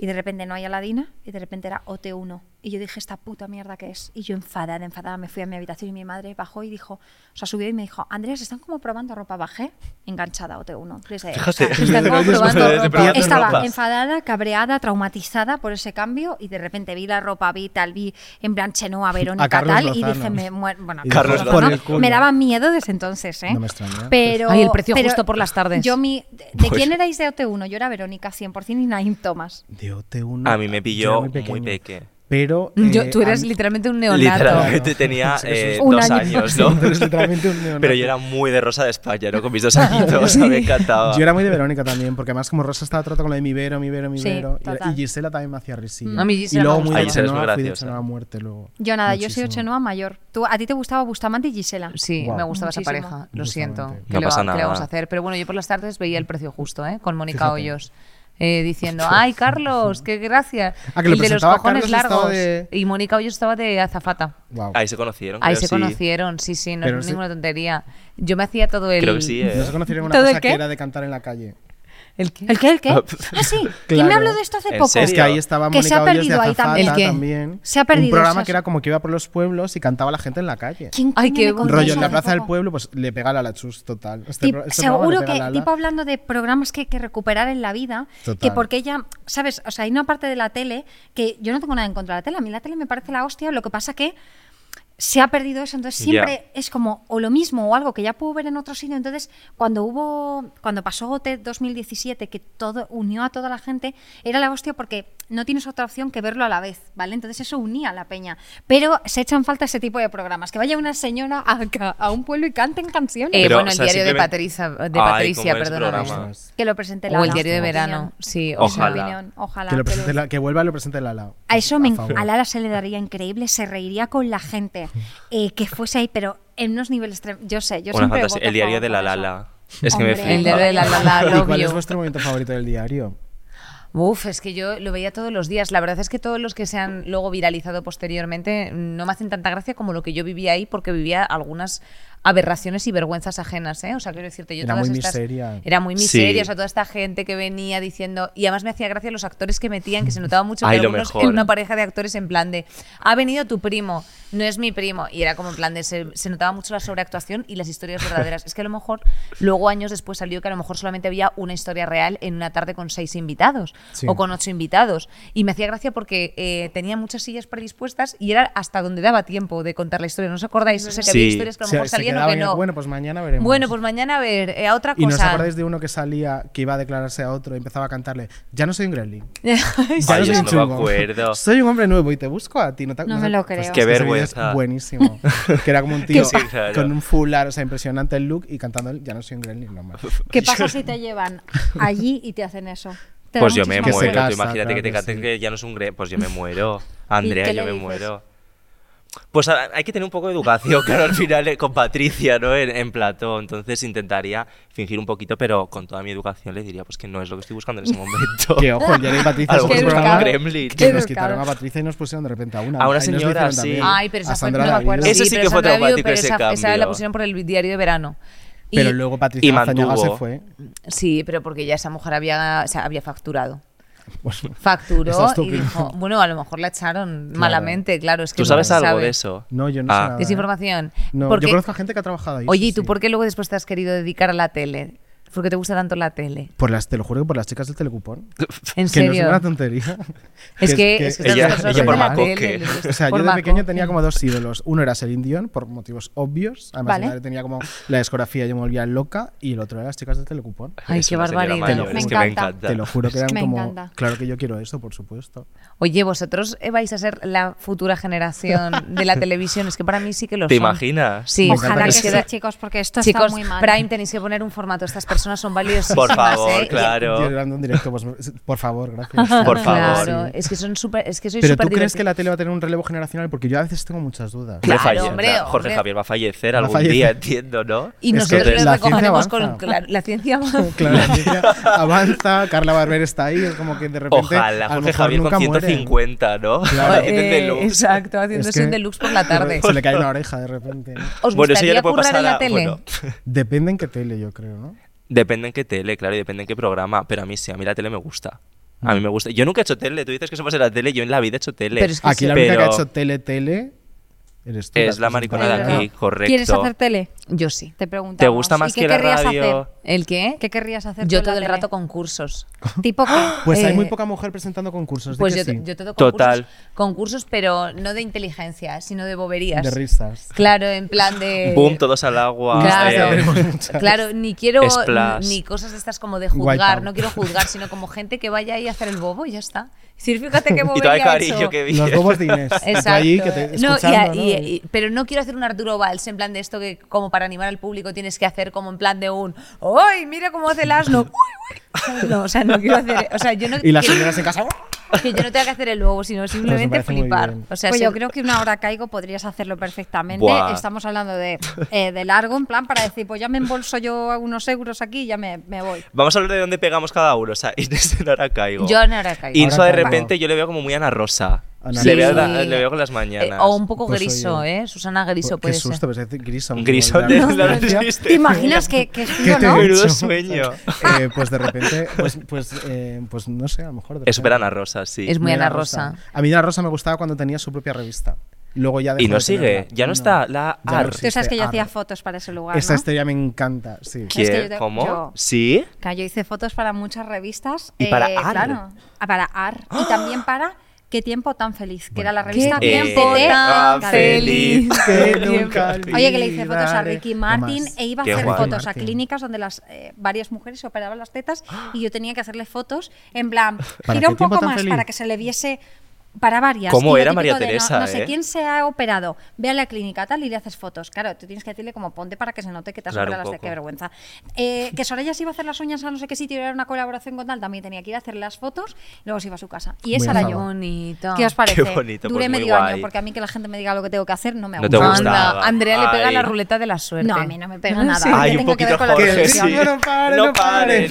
S1: y de repente no hay Aladina y de repente era OT1 Y yo dije, esta puta mierda que es. Y yo enfadada, enfadada, me fui a mi habitación y mi madre bajó y dijo, o sea, subió y me dijo, Andrés, están como probando ropa. Bajé, enganchada a OT1. Les dije,
S4: Fíjate.
S1: "O sea, están como
S5: Ellos
S1: probando
S5: probando
S1: ropa".
S5: ropa.
S1: Estaba
S4: ropa.
S1: enfadada, cabreada, traumatizada por ese cambio y de repente vi la ropa, vi tal, vi en plan Chenoa, Verónica,
S5: Carlos
S1: tal, y
S5: Lozano.
S1: dije, me muero. Bueno,
S5: Y
S4: Carlos
S1: Lozano,
S5: Lozano. Por el
S1: me
S5: culo.
S1: daba miedo desde entonces, ¿eh?
S5: No me extraña.
S1: Pero,
S2: Ay, el precio
S1: pero
S2: justo por las tardes.
S1: Yo mi, ¿De, de
S4: Pues-
S1: quién erais de OT1? Yo era Verónica 100% y Naim Thomas.
S5: De OT1.
S4: A mí me
S5: yo
S4: pilló
S5: era
S4: muy
S5: pequeño.
S4: peque.
S5: Pero.
S1: Mm,
S2: Yo-
S5: eh,
S2: tú
S5: a
S2: eres
S5: mí-
S2: literalmente un neonato.
S4: Literalmente tenía
S5: Sí, que
S4: eh,
S1: un
S4: dos
S1: año.
S4: años, ¿no?
S5: Sí, eres literalmente un neonato.
S4: Pero yo era muy de Rosa de España, ¿no? Con mis dos añitos, me encantaba.
S5: Yo era muy de Verónica también, porque además como Rosa estaba trata con lo de mi Vero, mi Vero, mi
S1: Sí,
S5: Vero. y era-
S1: total. Mm.
S5: Y Gisela también me hacía risilla.
S2: A mí Gisela
S5: y luego
S2: me
S5: muy
S4: gusta.
S5: de
S4: Ah, Gisela es muy
S5: Chenoa, fui de
S4: graciosa.
S5: Chenoa a muerte luego.
S1: Yo nada, yo soy
S5: Muchísimo.
S1: Ochenoa mayor. Tú, a ti te gustaba Bustamante y Gisela.
S2: Sí,
S5: Guau.
S2: me gustaba esa
S1: Muchísimo.
S2: pareja, lo siento.
S5: Justamente.
S2: ¿Qué,
S4: No
S2: le,
S4: pasa
S2: va- qué le vamos
S4: nada.
S2: a hacer? Pero bueno, yo por las tardes veía el precio justo, ¿eh? Con Mónica
S5: Fíjate.
S2: Hoyos. eh, diciendo, ay Carlos, qué gracia.
S5: Ah, que lo
S2: el de los
S5: presentaba
S2: cojones
S5: Carlos estaba
S2: largos.
S5: de-
S2: Y Mónica Hoyos estaba de azafata.
S5: Guau.
S4: Ahí se conocieron.
S2: Ahí
S4: creo,
S2: se
S4: sí.
S2: conocieron, sí, sí, no
S5: Pero
S2: es
S5: sí.
S2: ninguna tontería. Yo me hacía todo el.
S4: Creo que sí, ¿eh?
S5: No se conocieron una
S2: ¿Todo el
S5: cosa
S2: qué?
S5: que era de cantar en la calle.
S2: ¿El qué?
S1: ¿El qué? ¿El qué?
S4: Ah,
S1: Ah, sí. ¿Quién me
S5: claro.
S1: habló de esto hace
S4: ¿En
S1: poco?
S4: serio?
S5: Es que ahí estaba
S1: Que se ha
S5: Mónica Hoyos de
S1: perdido ahí
S5: azafata
S1: también.
S2: ¿El qué?
S5: también.
S1: Se ha perdido
S5: Un programa
S1: esas-
S5: que era como que iba por los pueblos y cantaba la gente en la calle.
S1: ¿Quién
S2: Ay,
S1: coño
S2: qué
S1: me contó
S2: bonito.
S5: Rollo en
S1: eso
S5: la
S1: hace
S5: plaza del
S1: poco?
S5: pueblo, pues le pega la lachus, total. Este
S1: Tip-
S5: pro- este programa
S1: seguro
S5: le pega
S1: que,
S5: la ala.
S1: tipo hablando de programas que hay que recuperar en la vida,
S5: Total.
S1: que porque ella, ¿sabes? O sea, hay una parte de la tele que yo no tengo nada en contra de la tele, a mí la tele me parece la hostia, lo que pasa que se ha perdido eso, entonces siempre es como o lo mismo o algo que ya puedo ver en otro sitio, entonces cuando hubo, cuando pasó E OT 2017, que todo unió a toda la gente, era la hostia porque no tienes otra opción que verlo a la vez, ¿vale? Entonces eso unía a la peña, pero se echan falta ese tipo de programas, que vaya una señora a, ca- a un pueblo y canten canciones.
S2: Eh,
S4: Pero,
S2: bueno, el
S4: o sea,
S2: diario de
S4: simplemente-
S2: Patricia, de
S4: Ay,
S2: Patricia,
S4: cómo es
S2: perdóname.
S4: programa.
S1: Que lo presente Lala.
S2: O el diario de
S1: en mi
S2: verano,
S1: opinión.
S2: sí. o sea,
S1: En mi
S4: Ojalá.
S1: opinión, ojalá.
S5: Que, lo
S1: pero-
S5: presente la- que vuelva y lo presente la ala.
S1: A eso me,
S5: favor.
S1: a Lala se le daría increíble, se reiría con la gente, eh, que fuese ahí, pero en unos niveles... trem- Yo sé, yo
S4: Una
S1: siempre voto
S4: fantasía.
S1: a
S4: El diario
S1: favor
S4: de la
S1: por eso.
S4: Lala. Es que me
S1: Hombre.
S4: flipa.
S2: El diario de la Lala,
S5: ¿Y
S2: love
S5: cuál es
S2: you.
S5: vuestro momento favorito del diario?
S2: Uf, es que yo lo veía todos los días. La verdad es que todos los que se han luego viralizado posteriormente no me hacen tanta gracia como lo que yo vivía ahí, porque vivía algunas aberraciones y vergüenzas ajenas, ¿eh? O sea, quiero decirte, yo
S5: Era
S2: todas
S5: muy
S2: estas-
S5: miseria.
S2: Era muy
S4: Sí.
S2: miseria, o sea, toda esta gente que venía diciendo... Y además me hacía gracia los actores que metían, que se notaba mucho que
S4: Ay, lo
S2: algunos
S4: mejor.
S2: en una pareja de actores en plan de ha venido tu primo, no es mi primo. Y era como en plan de se, se notaba mucho la sobreactuación y las historias verdaderas. Es que a lo mejor luego años después salió que a lo mejor solamente había una historia real en una tarde con seis invitados
S5: Sí.
S2: o con ocho invitados. Y me hacía gracia porque eh, tenía muchas sillas predispuestas y era hasta donde daba tiempo de contar la historia. ¿No os acordáis? O sea, que
S4: Sí.
S2: había historias que a lo
S5: Se-
S2: mejor
S5: se
S2: salían o
S5: quedaba
S2: que
S5: en el-
S2: no.
S5: Bueno, pues mañana veremos.
S2: Bueno, pues mañana a ver, eh, a otra
S5: ¿Y no os
S2: cosa.
S5: acordáis de uno que salía, que iba a declararse a otro y empezaba a cantarle, ya no soy un gremlin? Ya
S2: Ay,
S4: Ay,
S5: no soy
S4: eso
S5: un
S4: no me
S5: chungo.
S4: acuerdo.
S5: Soy un hombre nuevo y te busco a ti. No, te-
S1: No
S5: no
S1: me
S5: sé-
S1: lo
S5: pues
S1: creo.
S5: es
S1: Qué
S5: que ese vídeo es
S4: vergüenza.
S5: buenísimo. que era como un tío
S4: Sí, claro.
S5: con un fular, o sea, impresionante el look y cantando el, ya no soy un gremlin, no más.
S1: ¿Qué pasa si te llevan allí y te hacen eso? Te da
S4: Pues yo me
S1: muchísima
S5: Que se
S4: muero.
S5: casa,
S4: tú imagínate
S5: claro
S4: que te
S5: que
S4: canten
S5: sí.
S4: que ya no es un gre... Pues yo me muero. Andrea,
S1: qué
S4: yo
S1: le
S4: me
S1: dices?
S4: muero. Pues a- hay que tener un poco de educación, claro, al final eh, con Patricia, ¿no? En, en Platón. Entonces intentaría fingir un poquito, pero con toda mi educación le diría, pues que no es lo que estoy buscando en ese momento.
S5: Que ojo, el Jerry y Patricia
S4: A
S5: es
S4: lo
S5: un
S4: mejor es un
S5: programa
S4: gremlin.
S5: que nos
S1: Qué
S5: quitaron a
S1: educado.
S5: Patricia y nos pusieron de repente a una.
S4: A una
S5: Ahí nos lo
S4: señora,
S5: hicieron
S4: sí.
S5: también,
S2: Ay, pero
S5: Eh, a
S2: esa fue,
S5: Sandra
S2: no me
S5: David.
S2: acuerdo.
S4: Ese sí
S2: pero
S4: que fue
S2: Sandra David,
S4: traumático,
S2: pero
S4: ese
S2: esa, esa la
S4: cambio.
S2: pusieron por el diario de verano. Y-
S5: Pero luego Patricia
S4: y
S5: Azañaga se
S4: mantuvo.
S5: fue.
S2: Sí, pero porque ya esa mujer había, o sea, había facturado.
S5: Bueno, esa
S2: Facturó y
S5: estúpida.
S2: dijo, bueno, a lo mejor la echaron
S5: Claro.
S2: malamente, claro, es que
S4: ¿Tú
S2: uno
S4: sabes
S2: no
S4: algo
S2: sabe.
S4: de eso?
S5: No, yo no sé
S4: Ah.
S5: nada.
S2: Es
S5: ¿eh?
S2: información.
S5: No,
S2: Porque-
S5: yo conozco a gente que ha trabajado ahí.
S2: Oye,
S5: sí,
S2: ¿y tú
S5: sí.
S2: por qué luego después te has querido dedicar a la tele? ¿Por qué te gusta tanto la tele?
S5: Por las, te lo juro que por las chicas del telecupón.
S2: En
S5: Que no es
S2: serio.
S5: una tontería.
S2: es que, es que estas
S4: Ella-
S2: personas
S4: ella por
S2: de la
S4: Macoque.
S2: tele, les-
S5: O sea,
S2: por
S5: yo de pequeño
S2: Macoque.
S5: tenía como dos ídolos. Uno era Celine Dion, por motivos obvios. Además,
S1: Vale.
S5: mi madre tenía como la discografía, yo me volvía loca. Y el otro era las chicas del Telecupón.
S2: Ay,
S4: Es
S2: qué
S4: una señora
S2: barbaridad.
S4: mayor,
S1: Me
S4: es que me
S1: encanta.
S4: encanta.
S5: Te lo juro que eran
S1: Me
S5: como.
S1: encanta.
S5: Claro que yo quiero eso, por supuesto.
S2: Oye, vosotros eh, vais a ser la futura generación de la televisión. Es que para mí sí que lo
S4: ¿Te
S2: son.
S4: imaginas?
S2: Sí,
S1: Ojalá que
S5: Es
S1: sí,
S5: que-
S1: chicos, porque esto está
S2: Chicos,
S1: muy mal.
S2: Prime tenéis que poner un formato. Estas personas son valiosísimas.
S4: Por favor,
S2: ¿eh?
S4: claro.
S5: Yo grabando un directo, pues, por favor, gracias.
S4: Por favor.
S2: Claro, es que son súper. Es que soy
S5: Pero
S2: súper
S5: tú crees
S2: divertida.
S5: que la tele va a tener un relevo generacional porque yo a veces tengo muchas dudas.
S2: Claro,
S4: Le falle-
S2: hombre,
S4: o sea, Jorge
S2: hombre.
S4: Javier va a fallecer
S5: Va a
S4: algún
S5: fallecer.
S4: día, entiendo, ¿no?
S2: Y
S5: Es que
S2: nosotros les
S5: la
S2: recogeremos
S5: ciencia
S2: con
S5: avanza.
S2: claro, la ciencia avanza.
S5: Claro, la ciencia avanza, Carla Barber está ahí, es como que de repente.
S4: Ojalá,
S5: a lo
S4: Jorge
S5: mejor
S4: Javier con
S5: nunca muere.
S4: 150, ¿no?
S5: Claro.
S4: La gente de
S2: Eh,
S4: luz.
S2: exacto,
S5: Es
S2: haciéndose
S5: que
S2: un deluxe por la tarde.
S5: Se le cae una oreja de repente. ¿no?
S2: ¿Os
S4: Bueno, eso ya
S2: gustaría
S4: le puede
S2: currar en
S4: pasar
S2: la
S4: a-
S2: tele?
S4: bueno,
S5: Depende en qué tele, yo creo, ¿no?
S4: Depende en qué tele, claro, y depende en qué programa, pero a mí sí, a mí la tele me gusta. A mí me gusta. Yo nunca he hecho tele. Tú dices que somos en la tele. Yo en la vida he hecho tele.
S2: Mm. Pero es que
S5: Aquí la única que ha hecho tele, tele. Eres tú,
S4: es
S5: presentadora.
S4: la mariconada
S1: presentadora.
S4: aquí, correcto.
S1: ¿Quieres hacer tele?
S2: Yo sí.
S1: Te preguntamos.
S4: ¿Te gusta más
S1: ¿Y qué
S4: que la
S1: querrías
S4: radio?
S1: hacer?
S2: ¿El qué?
S1: ¿Qué querrías hacer? tú en
S2: yo
S1: la
S2: todo el
S1: tele?
S2: rato concursos.
S1: ¿Tipo qué?
S5: Pues hay
S2: Eh,
S5: muy poca mujer presentando concursos. di
S2: Pues
S5: que
S2: yo,
S5: sí.
S2: yo todo concursos,
S4: Total.
S2: concursos, pero no de inteligencia, sino de boberías.
S5: De risas.
S2: Claro, en plan de...
S4: Boom, todos al agua.
S2: Claro,
S4: eh,
S2: claro, ni quiero
S4: Splash.
S2: ni cosas de estas como de
S5: Wipeout.
S2: juzgar, no quiero juzgar, sino como gente que vaya ahí a hacer el bobo y ya está. Es decir, fíjate qué bobo
S4: y todo el cariño que vi.
S5: Los bobos de Inés. Tú
S2: Exacto.
S5: allí que te-
S2: No, y a-
S5: escuchando,
S2: y-
S5: ¿no?
S2: y- pero no quiero hacer un Arturo Valls en plan de esto que como para animar al público tienes que hacer como en plan de un ¡Uy, mira cómo hace el asno! ¡Uy, uy! No, o sea, no quiero hacer... O sea, yo no,
S5: Y las
S2: que,
S5: señoras en casa.
S2: que yo no tenga que hacer el bobo, sino simplemente
S5: parece muy
S2: flipar.
S5: bien.
S2: O sea,
S1: pues
S2: ser-
S1: yo creo que una hora caigo podrías hacerlo perfectamente.
S4: Buah.
S1: Estamos hablando de, eh, de largo, en plan, para decir, pues ya me embolso yo unos euros aquí y ya me, me voy.
S4: Vamos a hablar de dónde pegamos cada uno. O sea, Inés en ahora caigo.
S2: Yo en Ahora Caigo.
S4: Inso de
S5: Ahora Caigo.
S4: repente yo le veo como muy Ana Rosa.
S5: Ana
S4: le,
S5: Rosa.
S4: veo la-
S2: Sí.
S4: le veo con las
S2: Eh,
S4: mañanas.
S2: o un poco
S5: Pues soy
S2: griso,
S5: yo.
S2: ¿eh? Susana Griso
S5: Qué
S2: puede
S5: susto,
S2: ser.
S5: pues es Grison.
S4: Un Grison
S5: la
S4: de
S5: gran
S4: la
S5: referencia.
S4: resistencia.
S1: ¿Te imaginas que, que
S5: ¿Qué
S1: giro,
S5: te
S1: no?
S5: he
S4: Menudo
S5: hecho?
S4: sueño.
S5: Eh, pues de repente, pues, pues, eh, pues no sé, a lo mejor. de
S4: Es súper
S5: repente.
S4: Ana Rosa, sí.
S2: Es muy
S5: Mira
S2: Ana Rosa.
S5: A mí Ana Rosa me gustaba cuando tenía su propia revista. Luego ya dejó
S4: Y no
S5: de tenerla.
S4: sigue, ya no está la
S5: Ya no
S4: AR.
S5: existe.
S1: Tú sabes que yo hacía
S5: Ar.
S1: fotos para ese lugar.
S5: Esta
S1: ¿no?
S5: historia me encanta, sí.
S1: que
S4: ¿Quién?
S1: yo te-
S4: ¿Cómo?
S1: yo-
S4: ¿Sí?
S1: Claro, yo hice fotos para muchas revistas.
S4: Y para Ar.
S1: Claro, ah, para AR. Y también para Qué tiempo tan feliz, que era la revista
S4: Eh,
S1: Tiempo de-
S4: tan
S1: Claro.
S4: feliz.
S5: Que nunca
S1: Oye, que le hice fotos a
S5: olvidaré.
S1: Ricky
S5: No
S1: Martin
S5: más.
S1: e iba a
S4: Qué
S1: hacer
S4: guay.
S1: fotos a
S5: Martin.
S1: clínicas donde las eh, varias mujeres se operaban las tetas y yo tenía que hacerle fotos en plan,
S5: qué
S1: gira un
S5: tiempo
S1: poco
S5: tan
S1: más
S5: feliz?
S1: para que se le viese para varias.
S4: ¿Cómo
S1: Y lo
S4: era
S1: típico
S4: María
S1: de, no-
S4: Teresa,
S1: No, sé
S4: eh?
S1: quién se ha operado, ve a la clínica tal y le haces fotos. Claro, tú tienes que decirle como ponte para que se note que te has
S4: Claro,
S1: operado
S4: un
S1: las tetas,
S4: poco.
S1: qué vergüenza. Eh, que Soraya se iba a hacer las uñas a no sé qué sitio, era una colaboración con tal, también tenía que ir a hacer las fotos y luego se iba a su casa. Y
S5: Muy
S1: esa
S5: bien.
S1: era
S2: Qué
S1: yo.
S2: bonito.
S1: ¿Qué os parece?
S4: bonito, pues
S1: Duré
S4: muy
S1: medio año,
S4: guay.
S1: porque a mí que la gente me diga lo que tengo que hacer no me
S4: No
S1: gusta.
S4: te
S2: Anda,
S4: gustaba.
S2: Andrea le pega
S4: Ay.
S2: la ruleta de la suerte.
S1: No, a mí no me pega
S2: No
S1: nada.
S2: sé.
S1: ¿Qué
S4: Ay, un
S1: tengo que ver
S4: poquito
S1: con la
S4: Jorge,
S1: televisión?
S4: sí.
S5: Que el ritmo no pare,
S4: No
S5: no
S4: pare,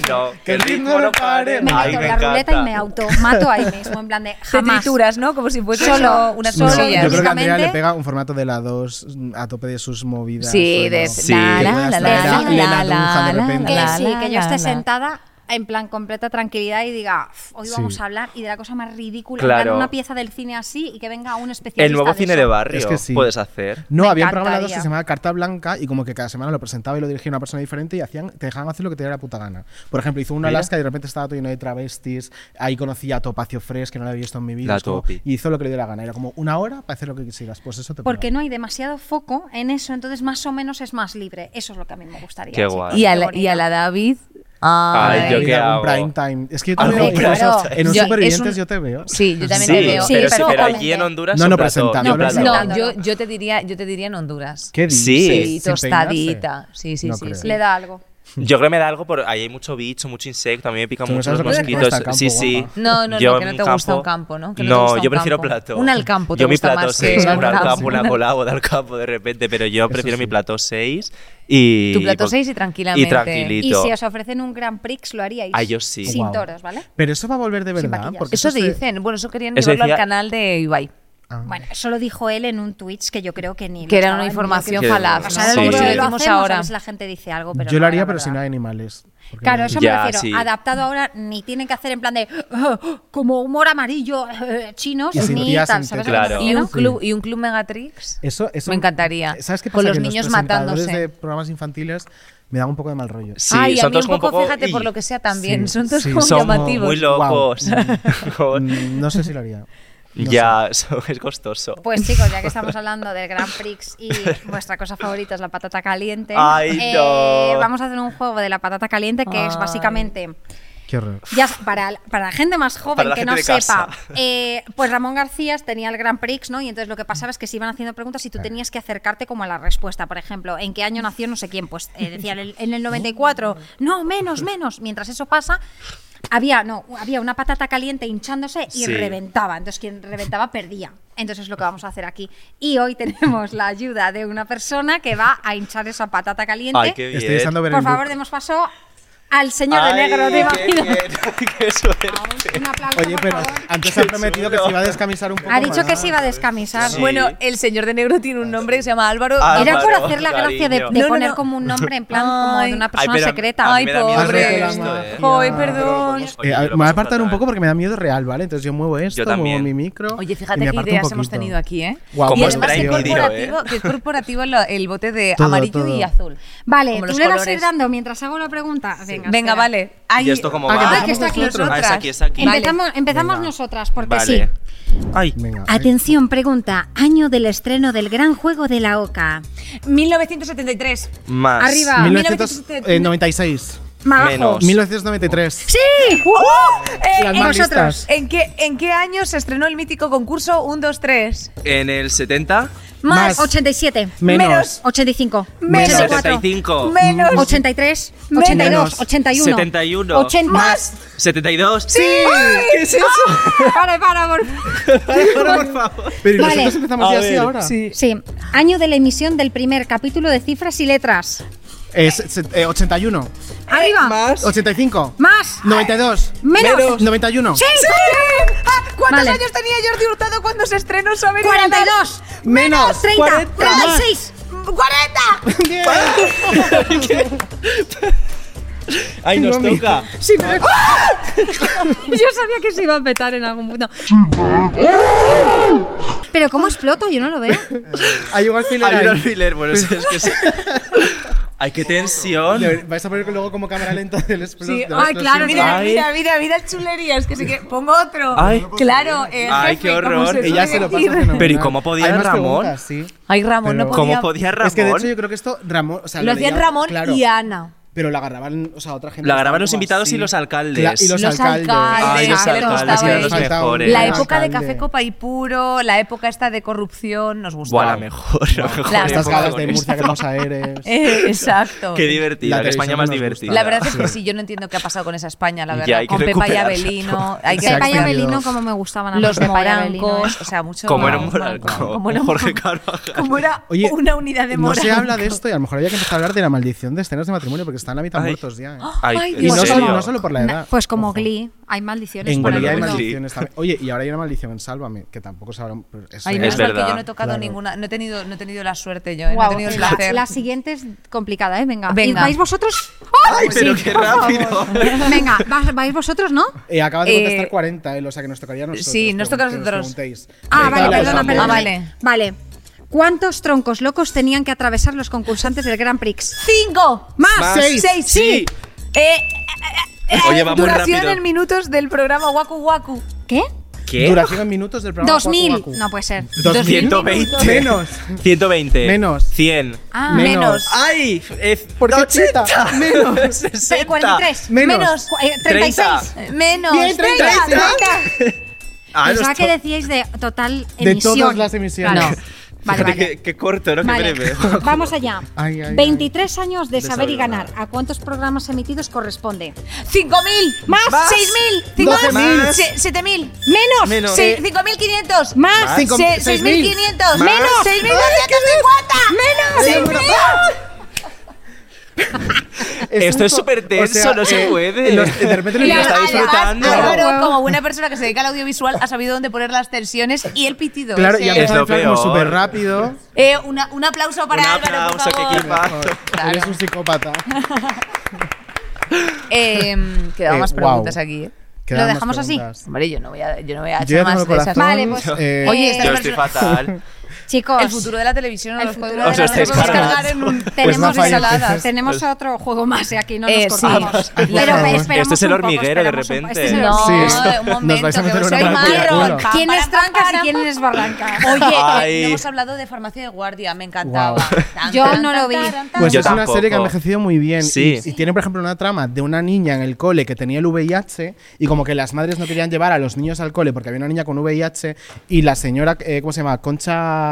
S5: pare.
S4: no.
S5: Que el ritmo no pare.
S1: Me
S4: Ay,
S1: meto
S4: me
S1: en la ruleta y
S4: encanta.
S1: me automato ahí mismo, en plan de
S2: Te
S1: jamás.
S2: trituras, ¿no? Como si fuese
S1: Solo-
S2: solo unas
S1: solo-
S5: No, yo
S2: cosillas.
S5: creo que a Andrea
S1: Básicamente-
S5: le pega un formato de la 2 a tope de sus movidas.
S2: Sí,
S5: o
S2: de
S5: no.
S4: Sí.
S2: la,
S5: Que
S2: la,
S5: pueda
S2: la,
S5: estar
S2: la,
S5: Elena- Elena
S2: la,
S5: Dunham de
S2: la,
S5: repente.
S1: Que
S2: la,
S1: sí, que yo
S2: la,
S1: esté
S2: la.
S1: sentada en plan completa tranquilidad y diga, "Uf, hoy
S5: Sí.
S1: vamos a hablar y de la cosa más ridícula, en
S4: Claro.
S1: plan una pieza del cine así y que venga un especialista
S4: El nuevo cine
S1: eso.
S4: de barrio
S5: Es que sí.
S4: puedes hacer.
S5: No,
S1: Me
S5: había un programa de la dos
S1: encantaría.
S5: que se llamaba Carta Blanca y como que cada semana lo presentaba y lo dirigía una persona diferente y hacían, te dejaban hacer lo que te diera la puta gana. Por ejemplo, hizo uno
S4: Mira.
S5: Alaska y de repente estaba todo lleno de travestis. Ahí conocí a Topacio Fresh, que no lo había visto en mi vida.
S4: La
S5: es como-
S4: Topi.
S5: y hizo lo que le diera la gana. Era como una hora para hacer lo que quisieras. Pues eso te
S1: Porque
S5: pega.
S1: no hay demasiado foco en eso, entonces más o menos es más libre. Eso es lo que a mí me gustaría.
S4: Qué
S1: chicos,
S4: guay.
S2: Y a la,
S1: bonito.
S2: y a la David. Ay,
S4: Ay, yo qué
S5: Algún
S4: hago.
S5: prime time. Es que yo
S4: Algún
S5: también lo-
S4: prime
S5: incluso
S4: time.
S5: en un
S2: Yo- es
S5: Supervivientes
S2: un-
S5: yo te veo.
S2: Sí, yo también
S4: sí,
S2: te veo.
S1: Sí,
S4: pero,
S1: pero-
S4: pero
S1: totalmente.
S4: allí en Honduras.
S5: No,
S4: un
S5: no,
S4: plató,
S5: presentando,
S4: un
S1: no,
S4: plató.
S2: No,
S1: Claro.
S2: yo, yo te diría, yo te diría en Honduras.
S5: ¿Qué dices?
S4: Sí.
S2: Sí,
S5: ¿Sin
S2: tostadita.
S5: peinarse?
S2: Sí, sí,
S5: No
S2: sí,
S5: creo.
S2: sí.
S1: Le da algo.
S4: Yo creo que me da algo por. Ahí hay mucho bicho, mucho insecto. A mí me pican
S5: Tú no
S4: mucho los
S5: sabes lo que
S4: mosquitos.
S5: cuesta el campo,
S4: sí, sí.
S5: guapa.
S2: No, no,
S4: Yo
S2: no, que no
S4: en
S2: te gusta un campo, ¿no? Que no te
S4: no,
S2: gusta
S4: yo
S2: un
S4: prefiero
S2: campo.
S4: plato.
S2: Un al campo te
S4: Yo mi
S2: gusta
S4: plato
S2: más
S4: 6,
S2: que
S4: un
S2: un
S4: al
S2: campo.
S4: campo, una colada al campo de repente, pero yo
S5: Eso
S4: prefiero mi
S5: sí.
S4: plato 6 y. pues,
S2: Tu plato seis y
S4: Y
S2: tranquilamente.
S1: Y
S4: tranquilito.
S1: si os ofrecen un Grand Prix, lo haríais.
S4: Ah, yo sí.
S1: Sin
S5: Guau.
S1: toros, ¿vale?
S5: Pero eso va a volver de
S1: Sin
S5: verdad.
S1: maquillar.
S5: Porque
S2: Eso
S5: se-
S2: dicen. Bueno, eso querían
S4: Eso
S2: llevarlo
S4: decía-
S2: al canal de Ibai.
S5: Ah.
S1: Bueno, eso lo dijo él en un Twitch que yo creo que ni.
S2: Que era
S1: estaba-
S2: una
S1: ni lo
S2: información
S1: que-
S4: falaz,
S1: O
S4: ¿no?
S1: sea,
S4: Sí,
S1: lo,
S4: sí.
S1: lo
S4: Lo
S2: hacemos
S1: hacemos ahora.
S2: ahora.
S1: A ver Pues si la gente dice algo, pero. no,
S5: yo lo
S1: la
S5: haría, pero
S1: verdad.
S5: si no hay animales. Porque
S1: Claro,
S5: no-
S1: eso
S4: Ya,
S1: me refiero.
S4: sí.
S1: Adaptado ahora, ni tienen que hacer en plan de. "Ah, como humor amarillo, eh, chinos,
S5: Y sin
S1: ni
S5: tías,
S1: tal.
S5: sin
S1: ¿sabes?
S4: tetas. Claro.
S2: Y un
S1: ¿no?
S2: club, y un club Megatrix.
S5: Eso, eso-
S2: Me encantaría.
S5: ¿Sabes qué pasa?
S2: Con los
S5: Que
S2: niños
S5: presentadores
S2: matándose.
S5: de programas infantiles me da un poco de mal rollo.
S4: Sí,
S2: Ay, a
S4: son
S2: mí un
S4: todos como
S2: poco,
S4: un poco.
S2: fíjate, por
S4: "Ih".
S2: lo que sea también.
S5: Sí,
S2: son todos
S5: sí.
S2: como
S4: Son
S2: llamativos.
S4: muy locos.
S5: Guau. Mm, no sé si lo haría. No
S4: ya, eso es costoso.
S1: Pues chicos, ya que estamos hablando del Grand Prix y vuestra cosa favorita es la patata caliente, eh,
S4: Ay, no.
S1: vamos a hacer un juego de la patata caliente que es
S2: Ay.
S1: básicamente.
S5: sé. Qué horror.
S1: Ya, para, para la gente más
S4: Para
S1: joven
S4: la
S1: que
S4: gente
S1: no
S4: de
S1: sepa,
S4: casa.
S1: eh, pues Ramón García tenía el Grand Prix, ¿no? Y entonces lo que pasaba es que se iban haciendo preguntas
S4: Eh.
S1: y tú tenías que acercarte como a la respuesta. Por ejemplo, ¿en qué año nació no sé quién? Pues eh, decían el- en el 94. No, menos, menos. Mientras eso pasa... Había, no, había una patata caliente hinchándose y
S4: Sí.
S1: reventaba. Entonces, quien reventaba perdía. Entonces, es lo que vamos a hacer aquí. Y hoy tenemos la ayuda de una persona que va a hinchar esa patata caliente.
S4: Ay, qué bien.
S5: Estoy deseando ver
S1: Por
S5: el
S1: favor,
S5: look.
S1: demos paso al señor de
S4: Ay,
S1: negro, te
S4: qué
S1: imagino.
S4: bien, qué suerte.
S1: Vamos, Un aplauso,
S5: Oye,
S1: por
S5: pero
S1: favor.
S5: antes ha prometido que se iba a descamisar un poco.
S1: Ha dicho
S5: más.
S1: que se iba a descamisar.
S4: Sí.
S2: Ah, Bueno, el señor de negro tiene un nombre que se llama Álvaro.
S4: Ah,
S1: Era por
S4: Álvaro,
S1: hacer la gracia de,
S4: cariño.
S1: de
S2: No, no,
S1: poner
S2: no.
S1: como un nombre en plan como de una
S2: Ay,
S1: persona
S4: pero a mí-
S1: secreta.
S4: a
S2: Ay,
S4: mí me da miedo
S5: pobre.
S4: hacer esto, ¿eh?
S5: Ay,
S4: Pero
S2: perdón.
S4: vamos,
S2: Eh,
S5: Eh,
S4: oye,
S5: a-
S4: yo lo
S5: me voy a
S4: paso
S5: apartar un
S4: fatal.
S5: poco porque me da miedo real, ¿vale? Entonces yo muevo esto, muevo
S4: también.
S5: mi micro.
S2: Oye,
S5: y me
S2: fíjate qué
S5: aparto un
S2: ideas hemos
S5: poquito.
S2: tenido aquí, ¿eh?
S5: Guau, pues
S4: Como
S2: y
S5: guau,
S4: es
S2: además que es
S4: Prime Video,
S2: corporativo, que es corporativo lo- el bote de
S5: ¿eh? Todo,
S2: amarillo
S5: todo.
S2: y azul.
S1: Vale,
S2: Como
S1: ¿tú
S2: los
S1: le vas a ir
S2: colores.
S1: dando mientras hago la pregunta? Venga,
S2: Venga,
S1: espera.
S2: vale.
S4: ¿Y esto cómo
S5: Ah,
S4: va?
S5: que
S1: Ah, que está aquí.
S2: Nosotras.
S4: Ah, es aquí, es aquí.
S2: Vale.
S1: Empezamos, empezamos
S5: Venga.
S1: nosotras, porque sí.
S4: vale. Ay,
S5: Venga.
S1: Atención, pregunta. Año del estreno del gran juego de la OCA.
S2: 1973.
S4: más.
S1: Arriba.
S5: eh, 1996.
S1: Majo.
S4: Menos.
S5: 1993.
S1: ¡Sí!
S2: Eh,
S5: Las
S2: ¿en-
S5: más
S2: nosotros,
S5: listas.
S2: ¿en, qué, ¿En qué año se estrenó el mítico concurso 1, 2, 3?
S4: En el 70,
S1: Más.
S5: Más.
S1: 87.
S5: Menos.
S1: 85.
S2: Menos.
S1: 84.
S4: 75,
S2: Menos.
S1: 83. 82.
S2: Menos.
S1: 81.
S4: 71.
S1: 80.
S5: Más.
S4: 72.
S5: ¿Qué es eso?
S1: Para, para, por
S5: por favor. Pero ¿y
S1: Vale.
S5: nosotros empezamos
S4: A
S5: ya así
S4: ver,
S5: ahora.
S1: Sí. Año de la emisión del primer capítulo de cifras y letras.
S5: Es, es- eh, 81. Eh,
S1: Arriba.
S2: Más.
S5: 85.
S1: Más.
S5: 92.
S1: Menos.
S5: 91.
S1: Sí.
S2: Ah, ¿Cuántos
S1: Vale.
S2: años tenía Jordi Hurtado cuando se estrenó su Avenida
S1: 42.
S5: Menos.
S1: 30.
S5: 40.
S1: 36.
S2: Natal? ¡40!
S5: Bien.
S4: Ay, nos toca.
S1: Sí, pero- Yo sabía que se iba a petar en algún punto. Pero ¿cómo explota? Yo no lo veo.
S5: Hay un alfiler
S4: Hay un
S5: ahí. Pues
S4: alfiler, bueno, es es que sí. Ay, qué tensión.
S5: Le- Vais a poner luego como cámara lenta del explos- de la
S2: ah,
S1: ay, claro,
S5: explosión.
S2: Mira,
S4: Ay.
S2: mira, mira, mira el chulerías, que sí que pongo otro.
S4: Ay.
S2: claro, eh,
S4: Ay,
S2: jefe,
S4: qué
S2: ¿cómo
S4: horror.
S5: Y ya se lo pasa
S2: suele decir?
S5: fenomenal.
S4: Pero ¿y cómo podía
S5: Hay más
S4: Ramón?
S5: preguntas, sí.
S2: Ay, Ramón, no
S5: Pero-
S2: podía.
S4: ¿Cómo podía Ramón?
S5: Es que de hecho yo creo que esto Ramón, o sea,
S2: Lo hacían
S5: leía-
S2: Ramón
S5: claro,
S2: y Ana.
S5: Pero la agarraban, o sea, otra gente.
S4: La
S5: que
S4: agarraban
S5: estaba
S4: los
S5: como
S4: invitados
S5: así.
S4: y los alcaldes.
S5: Cla- y los,
S2: Los
S5: alcaldes.
S2: alcaldes.
S4: Ay, los
S2: Ah, que nos
S4: alcaldes,
S2: gustaba
S4: eran los
S5: eso.
S4: mejores.
S2: La
S5: Alcalde.
S2: época de Café Copa y Puro, la época esta de corrupción, nos gustaba.
S4: Buah, la mejor, la mejor.
S2: Las-
S5: Estas
S4: época
S5: caras
S4: con
S5: de
S4: esto.
S5: Murcia que hermosa eres.
S2: Eh, exacto.
S4: Qué divertida,
S5: La
S4: que España más
S5: televisión nos gusta.
S4: divertida.
S2: La verdad es que sí, yo no entiendo qué ha pasado con esa España, la
S4: Ya,
S2: verdad.
S4: hay que
S2: con Pepa y
S4: recuperarla.
S2: Abelino, hay que
S5: Exacto.
S1: Pepa y
S5: Dios.
S1: Abelino, como me gustaban a mí.
S2: los
S1: Pepa y Abelino,
S2: morancos,
S1: ¿eh?
S2: o sea, mucho.
S4: Como era
S2: no,
S4: un
S2: Morancos,
S4: Morancón,
S2: Como era un-
S4: Jorge Carvajal.
S2: como era
S5: Oye,
S2: una unidad de
S5: no
S2: morancos.
S5: se habla de esto y a lo mejor había que empezar a hablar de la maldición de escenas de matrimonio porque están la mitad
S4: Ay.
S5: muertos ya.
S2: ¡Ah!
S5: ¿eh?
S4: Ay,
S5: Y
S2: Dios.
S4: ¿en
S5: no solo,
S4: serio?
S5: no solo por la
S1: Na-
S5: edad.
S1: Pues como
S5: Ojo.
S1: Glee, hay maldiciones
S5: En
S1: por el
S5: Glee hay
S1: mundo.
S5: maldiciones también. Oye, y ahora hay una maldición en Sálvame, que tampoco sabrán. pero eso
S2: Ay,
S5: ya-
S2: menos
S4: Es
S2: mal
S4: verdad.
S2: que yo no he tocado
S5: Claro.
S2: ninguna, no he tenido, no he tenido la suerte yo, eh, no
S1: Guau,
S2: he tenido el
S1: la,
S2: placer.
S1: la siguiente es complicada, ¿eh? Venga.
S2: Venga.
S1: ¿Y ¿Vais vosotros? ¡Oh!
S4: Ay, pero
S1: Sí,
S4: qué
S1: por favor.
S4: rápido.
S1: Venga, vas- vais vosotros, ¿no?
S5: Eh, acabas de contestar
S2: Eh,
S5: 40, eh, o sea que nos tocaría a nosotros.
S2: sí, nos toca a
S5: que
S2: nosotros.
S5: preguntéis.
S1: Ah,
S5: Venga,
S1: vale,
S5: la
S1: perdona,
S5: dejamos.
S1: perdona.
S2: Ah, vale.
S1: Vale. ¿Cuántos troncos locos tenían que atravesar los concursantes del Grand Prix?
S2: ¡Cinco!
S1: ¡Más!
S4: Más.
S1: ¡Seis!
S2: ¡Seis!
S4: Sí.
S2: Eh, eh, eh,
S4: Oye, va muy
S2: duración
S4: rápido.
S2: en minutos del programa Waku Waku.
S1: ¿Qué?
S4: ¿Qué?
S5: Duración en minutos del programa.
S1: Dos mil.
S5: Waku Waku.
S1: No puede ser.
S5: 2000.
S4: 120.
S5: Menos.
S4: 120.
S5: Menos.
S4: 100.
S1: Ah,
S5: Menos.
S4: ¡Ay! eh,
S5: ¿Por qué
S4: 80.
S5: ochenta? Menos.
S4: 60.
S1: 43.
S5: Menos.
S1: Menos. Cu- eh, 36.
S4: 30.
S2: Eh, Menos.
S5: Bien, treinta,
S2: Venga,
S5: treinta.
S2: treinta.
S4: Ah,
S1: Pensaba
S4: no
S1: que
S4: está-
S1: decíais de total
S5: De
S1: emisión.
S5: todas las emisiones.
S1: Claro.
S5: No.
S1: Vale,
S4: Fíjate
S1: vale.
S4: Qué, qué corto, ¿no? Qué
S1: Vale,
S4: breve.
S1: Vamos allá.
S5: Ay, ay,
S1: 23 años de, saber, y
S4: saber
S1: ganar.
S4: ganar.
S1: ¿A cuántos programas emitidos corresponde?
S2: ¡Cinco mil!
S1: Más.
S2: ¡Más! ¡Seis mil! ¡Cinco
S5: Doce
S2: mil!
S5: mil.
S2: Se- ¡Siete mil!
S1: Menos.
S4: Menos.
S2: Sí, 5.500.
S1: Más.
S5: Cinco-
S2: Se-
S5: seis
S2: 6.500.
S5: mil.
S2: Menos.
S4: Más.
S2: 6.250.
S5: Ay,
S2: Menos.
S5: bueno.
S4: Esto es
S5: un po-
S4: súper tenso, no se puede.
S5: eh, los- de repente los
S4: Y
S2: Y
S4: lo está
S5: invitados-
S2: además,
S4: disfrutando.
S2: Álvaro, como buena persona que se dedica al audiovisual, ha sabido dónde poner las tensiones y el pitido.
S5: Claro,
S2: ese.
S5: y además
S4: lo
S5: el como
S4: peor.
S5: súper rápido.
S2: Eh, una- un aplauso para
S4: Un
S2: Álvaro, por
S4: aplauso, qué
S2: favor.
S4: equipazo.
S2: Claro.
S5: Eres un psicópata.
S2: Eh, quedaban
S5: Eh,
S2: más
S5: wow.
S2: preguntas aquí. ¿eh?
S5: Quedan
S1: ¿Lo
S5: más
S1: dejamos así?
S5: preguntas.
S2: Hombre, yo no voy a, yo no voy a
S5: Yo ya
S2: hacer
S5: tengo el
S2: más de esas.
S5: corazón.
S1: Vale, pues,
S5: eh,
S2: Oye, esta
S4: Yo
S2: es
S4: estoy
S2: la persona-
S4: fatal.
S1: Chicos.
S2: el futuro de la televisión no
S1: el
S2: los
S1: futuro
S2: podemos
S4: de la Os estáis
S2: podemos
S4: cargando.
S2: cargar en un-
S1: tenemos,
S5: más
S1: ensaladas,
S5: fallecidos.
S1: tenemos otro juego más eh, aquí no
S2: Eh,
S1: nos
S2: sí.
S1: cortamos.
S2: Ay,
S5: por favor.
S4: Este es el
S1: un poco,
S4: hormiguero, de
S1: esperamos un poco. Este es
S4: repente.
S1: el
S2: No,
S5: Sí,
S1: hormiguero.
S5: esto-
S2: un momento,
S5: nos vais a meter
S2: que
S5: una
S2: soy
S5: trampilla,
S2: marrón.
S5: bueno.
S2: Pa,
S1: ¿Quién
S2: para,
S1: es
S2: pa,
S1: trancas y
S2: para,
S1: quién
S2: pa.
S1: es barrancas?
S2: Oye, eh,
S4: Ay.
S2: no hemos hablado de farmacia de guardia, me encantaba.
S5: Guau.
S2: Tan,
S1: Yo
S2: tan,
S1: no
S2: tan,
S1: lo vi.
S2: tan, tan.
S5: Pues
S4: Yo
S5: es una
S4: tampoco.
S5: serie que ha envejecido muy bien.
S4: Sí.
S5: Y, y tiene, por ejemplo, una trama de una niña en el cole que tenía el VIH y como que las madres no querían llevar a los niños al cole porque había una niña con VIH y la señora, eh, ¿cómo se llama? Concha...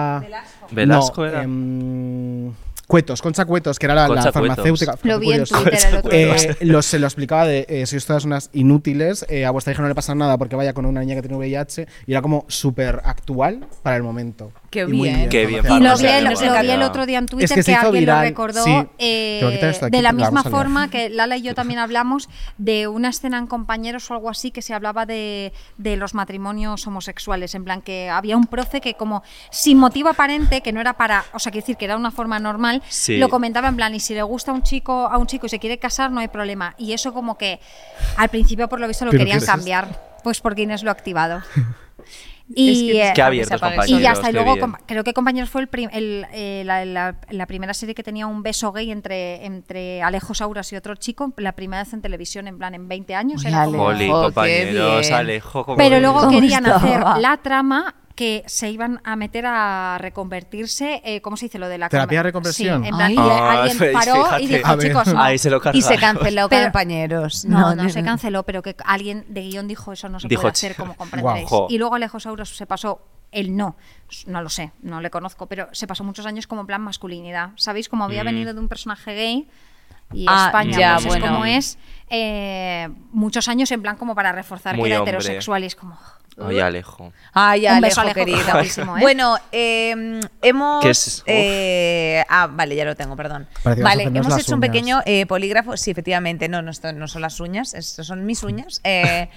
S4: Velasco
S5: No,
S4: era.
S5: em, Cuetos, Concha Cuetos, que era la, la
S4: Concha Cuetos.
S5: farmacéutica.
S1: Lo
S5: Qué
S1: vi en
S5: curioso.
S1: Twitter el otro día.
S5: Eh, lo- se lo explicaba de eh, sois todas unas inútiles, eh, a vuestra hija no le pasa nada porque vaya con una niña que tiene VIH y era como súper actual para el momento.
S2: Qué
S5: Y muy
S2: bien.
S5: bien.
S4: Qué bien,
S5: Conocemos.
S1: Y lo
S4: Nos
S1: vi, el, lo
S4: encanta.
S1: vi el otro día en Twitter
S5: que
S1: que,
S5: se hizo
S1: alguien
S5: viral,
S1: lo recordó
S5: sí.
S1: eh,
S5: Te voy a quitar esto de
S1: de la
S5: aquí porque la
S1: misma
S5: vamos a liar.
S1: forma que Lala y yo también hablamos de una escena en compañeros o algo así que se hablaba de, de los matrimonios homosexuales. En plan, que había un profe que, como sin motivo aparente, que no era para, o sea, quiero decir que era una forma normal,
S4: Sí.
S1: lo comentaba en plan, y si le gusta a un chico a un chico y se quiere casar, no hay problema. Y eso, como que al principio, por lo visto, lo
S5: ¿Pero qué
S1: querían
S5: es esto?
S1: cambiar. Pues porque Inés lo ha activado. Y, eh,
S4: Qué abiertos,
S1: y ya está. Y
S4: Qué
S1: luego,
S4: bien.
S1: compa- creo que Compañeros fue el prim- el, eh, la, la- la primera serie que tenía un beso gay entre, entre Alejo Sauras y otro chico, la primera vez en televisión, en plan, en 20 años. era
S2: Ole.
S1: como-
S4: Oli,
S2: Oh, qué
S4: compañeros,
S2: bien.
S4: Alejo, como
S1: Pero luego
S2: ¿Cómo
S1: querían
S2: estaba?
S1: hacer la trama que se iban a meter a reconvertirse, eh, ¿cómo se dice lo de la
S5: ¿Terapia de
S1: conver-
S5: reconversión?
S1: Sí, en plan,
S2: Ay.
S1: y alguien paró y
S4: Ah, fíjate.
S1: dijo,
S5: A ver.
S1: chicos, no.
S4: Ahí se lo
S2: Y se
S4: cargaron.
S2: canceló
S1: Pero-
S2: compañeros.
S1: No, no, se canceló, pero que alguien de guión dijo eso no se
S4: Dijo,
S1: puede hacer
S4: "Che,
S1: como comprenderéis.
S4: guau, jo".
S1: Y luego Alejo Sauros se pasó el no, no lo sé, no le conozco, pero se pasó muchos años como en plan masculinidad. ¿Sabéis? Como había
S4: Mm.
S1: venido de un personaje gay y
S2: Ah,
S1: España
S4: ya,
S1: pues, es
S4: bueno.
S1: como es, eh, muchos años en plan como para reforzar
S4: Muy
S1: que era
S4: hombre.
S1: heterosexual y es como...
S4: Oye, Oh, Alejo.
S2: Ay,
S1: Un
S2: Alejo,
S1: beso, Alejo,
S2: querido.
S1: guapísimo, ¿eh?
S2: Bueno, eh, hemos.
S4: Que es- uf.
S2: eh, ah, vale, ya lo tengo, perdón.
S5: Parece que vas a
S2: vale,
S5: hacernos
S2: hemos
S5: las
S2: hecho un
S5: uñas.
S2: pequeño eh, polígrafo. Sí, efectivamente, no, no, esto no son las uñas, esto son mis uñas. Eh,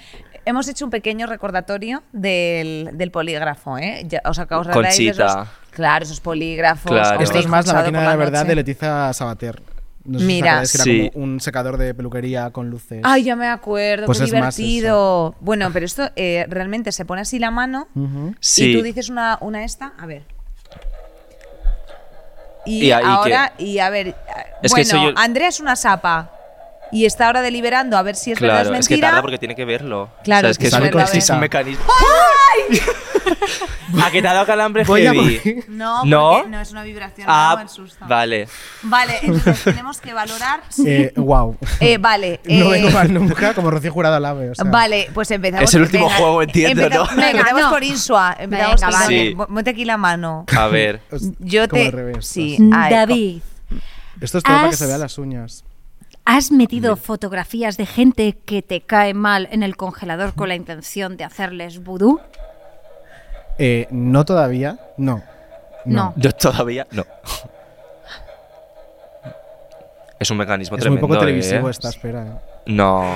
S2: hemos hecho un pequeño recordatorio del, del polígrafo, ¿eh? Ya os acabo de hablar ahí de
S4: Conchita.
S2: esos- Claro, esos polígrafos.
S4: Claro.
S2: como
S4: Hombre,
S5: Esto es más la
S2: sábado
S5: máquina
S2: por
S5: de la verdad
S2: noche.
S5: de Leticia Sabater. No sé
S2: Mira.
S5: si os acordáis que
S4: Sí.
S5: era como un secador de peluquería con luces.
S2: Ay, ya me acuerdo,
S5: Pues
S2: qué
S5: es más
S2: divertido. Bueno, pero esto eh, realmente se pone así la mano
S5: Ujú.
S4: Sí.
S2: y tú dices una, una esta, a ver. Y,
S4: Y ahí
S2: ahora, y a ver,
S4: Es que
S2: bueno,
S4: soy yo-
S2: Andrea es una sapa y está ahora deliberando a ver si es
S4: Claro,
S2: verdad
S4: es
S2: es
S4: que
S2: mentira.
S4: tarda porque tiene que verlo.
S2: Claro,
S4: O sea, es que es
S5: sale
S4: un,
S5: con
S4: es que es un
S5: cita.
S4: mecanismo. ¿A qué te ha dado calambre
S5: Voy a
S4: heavy?
S5: morir.
S2: No,
S4: ¿No?
S2: porque no es una vibración,
S4: Ah,
S2: no, el susto.
S4: vale.
S2: Vale, entonces tenemos que valorar.
S5: Eh, wow.
S2: Eh, vale.
S5: No vengo
S2: eh,
S5: mal nunca, como Rocío Jurado al AVE. O sea,
S2: vale, pues empezamos.
S4: Es el último juego, entiendo,
S2: empezamos-
S4: ¿no?
S1: Venga,
S2: empezamos
S1: no.
S2: por Insua. Empezamos
S1: Venga,
S2: por
S1: vale.
S2: Insua.
S4: Sí.
S2: Mo- Monte aquí la mano.
S4: A ver.
S5: es
S2: Yo
S5: como
S2: te.
S5: al revés,
S2: sí,
S5: o
S2: ay,
S1: "Mm, David,
S5: sea. Esto es todo para que
S1: Has-
S5: se vean las uñas.
S1: ¿has metido fotografías de gente que te cae mal en el congelador con la intención de hacerles vudú?
S5: Eh, no todavía, no.
S1: No.
S4: Yo todavía no. Es un mecanismo
S5: Es muy
S4: tremendo.
S5: poco televisivo
S4: ¿eh?
S5: esta espera. eh.
S4: No.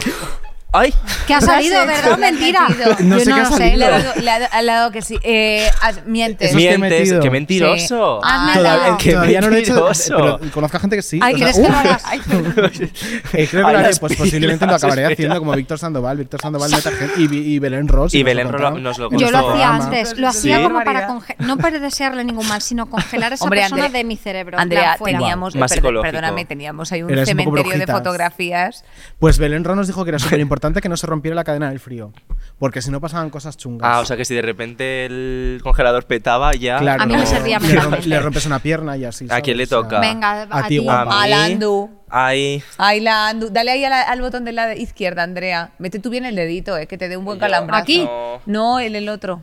S4: ¡Ay!
S1: ¿Qué ha salido, verdad?
S2: Lo has
S1: Mentira.
S2: metido.
S5: No
S1: Yo
S5: sé qué ha salido.
S2: Le ha dado- le ha dado- le ha dado que sí. Eh, has- mientes.
S5: Eso es que he
S4: Mientes,
S5: metido.
S4: qué mentiroso.
S2: Sí. Ah,
S5: Todavía,
S1: no.
S4: ¡Qué
S5: todavía no lo he hecho,
S4: mentiroso!
S5: pero conozco a gente que sí.
S2: Ay,
S5: o sea,
S2: ¿quieres que
S5: uf,
S2: lo hagas? Ay, perdón.
S5: eh, creo que
S4: Ay,
S5: lo haré,
S4: las
S5: pues posiblemente lo
S4: pilas,
S5: acabaré
S4: espera.
S5: haciendo como Víctor Sandoval, Víctor Sandoval meta gente- y, y Belén Ross.
S4: Y
S5: nos lo
S4: Belén Ro-
S5: contaron
S4: nos lo
S5: en
S4: contó.
S1: Yo
S5: nuestro
S1: lo hacía
S5: programa.
S1: antes, lo
S4: Sí.
S1: hacía como para
S2: Barbaridad.
S1: congelar, no para desearle ningún mal, sino congelar a esa
S2: Hombre,
S1: persona
S2: Andrea-
S1: de mi cerebro.
S2: Andrea,
S1: la fuera.
S2: teníamos.
S4: Más
S2: perdo-
S4: psicológico.
S2: perdóname, teníamos ahí un
S5: Eras un poco
S2: cementerio de
S5: brujitas.
S2: fotografías.
S5: Pues Belén Ross nos dijo que era súper importante que no se rompiera la cadena del frío, porque si no pasaban cosas chungas.
S4: Ah, o sea que si de repente el congelador petaba ya.
S5: Claro,
S1: A mí me
S5: no.
S1: servía
S5: le, rom-
S1: mentalmente.
S5: le rompes una pierna y así.
S4: ¿A
S5: ¿sabes?
S4: quién le
S5: O sea,
S4: toca?
S1: Venga, a,
S5: A
S1: ti.
S5: ti, guapa.
S2: Al
S4: mí.
S2: Andu.
S4: Ay.
S2: Ay, la Andu. Dale ahí a la- al botón de la izquierda, Andrea. Mete tú bien el dedito, eh, que te dé un buen calambrazo.
S1: ¿Aquí?
S2: No, el, el otro.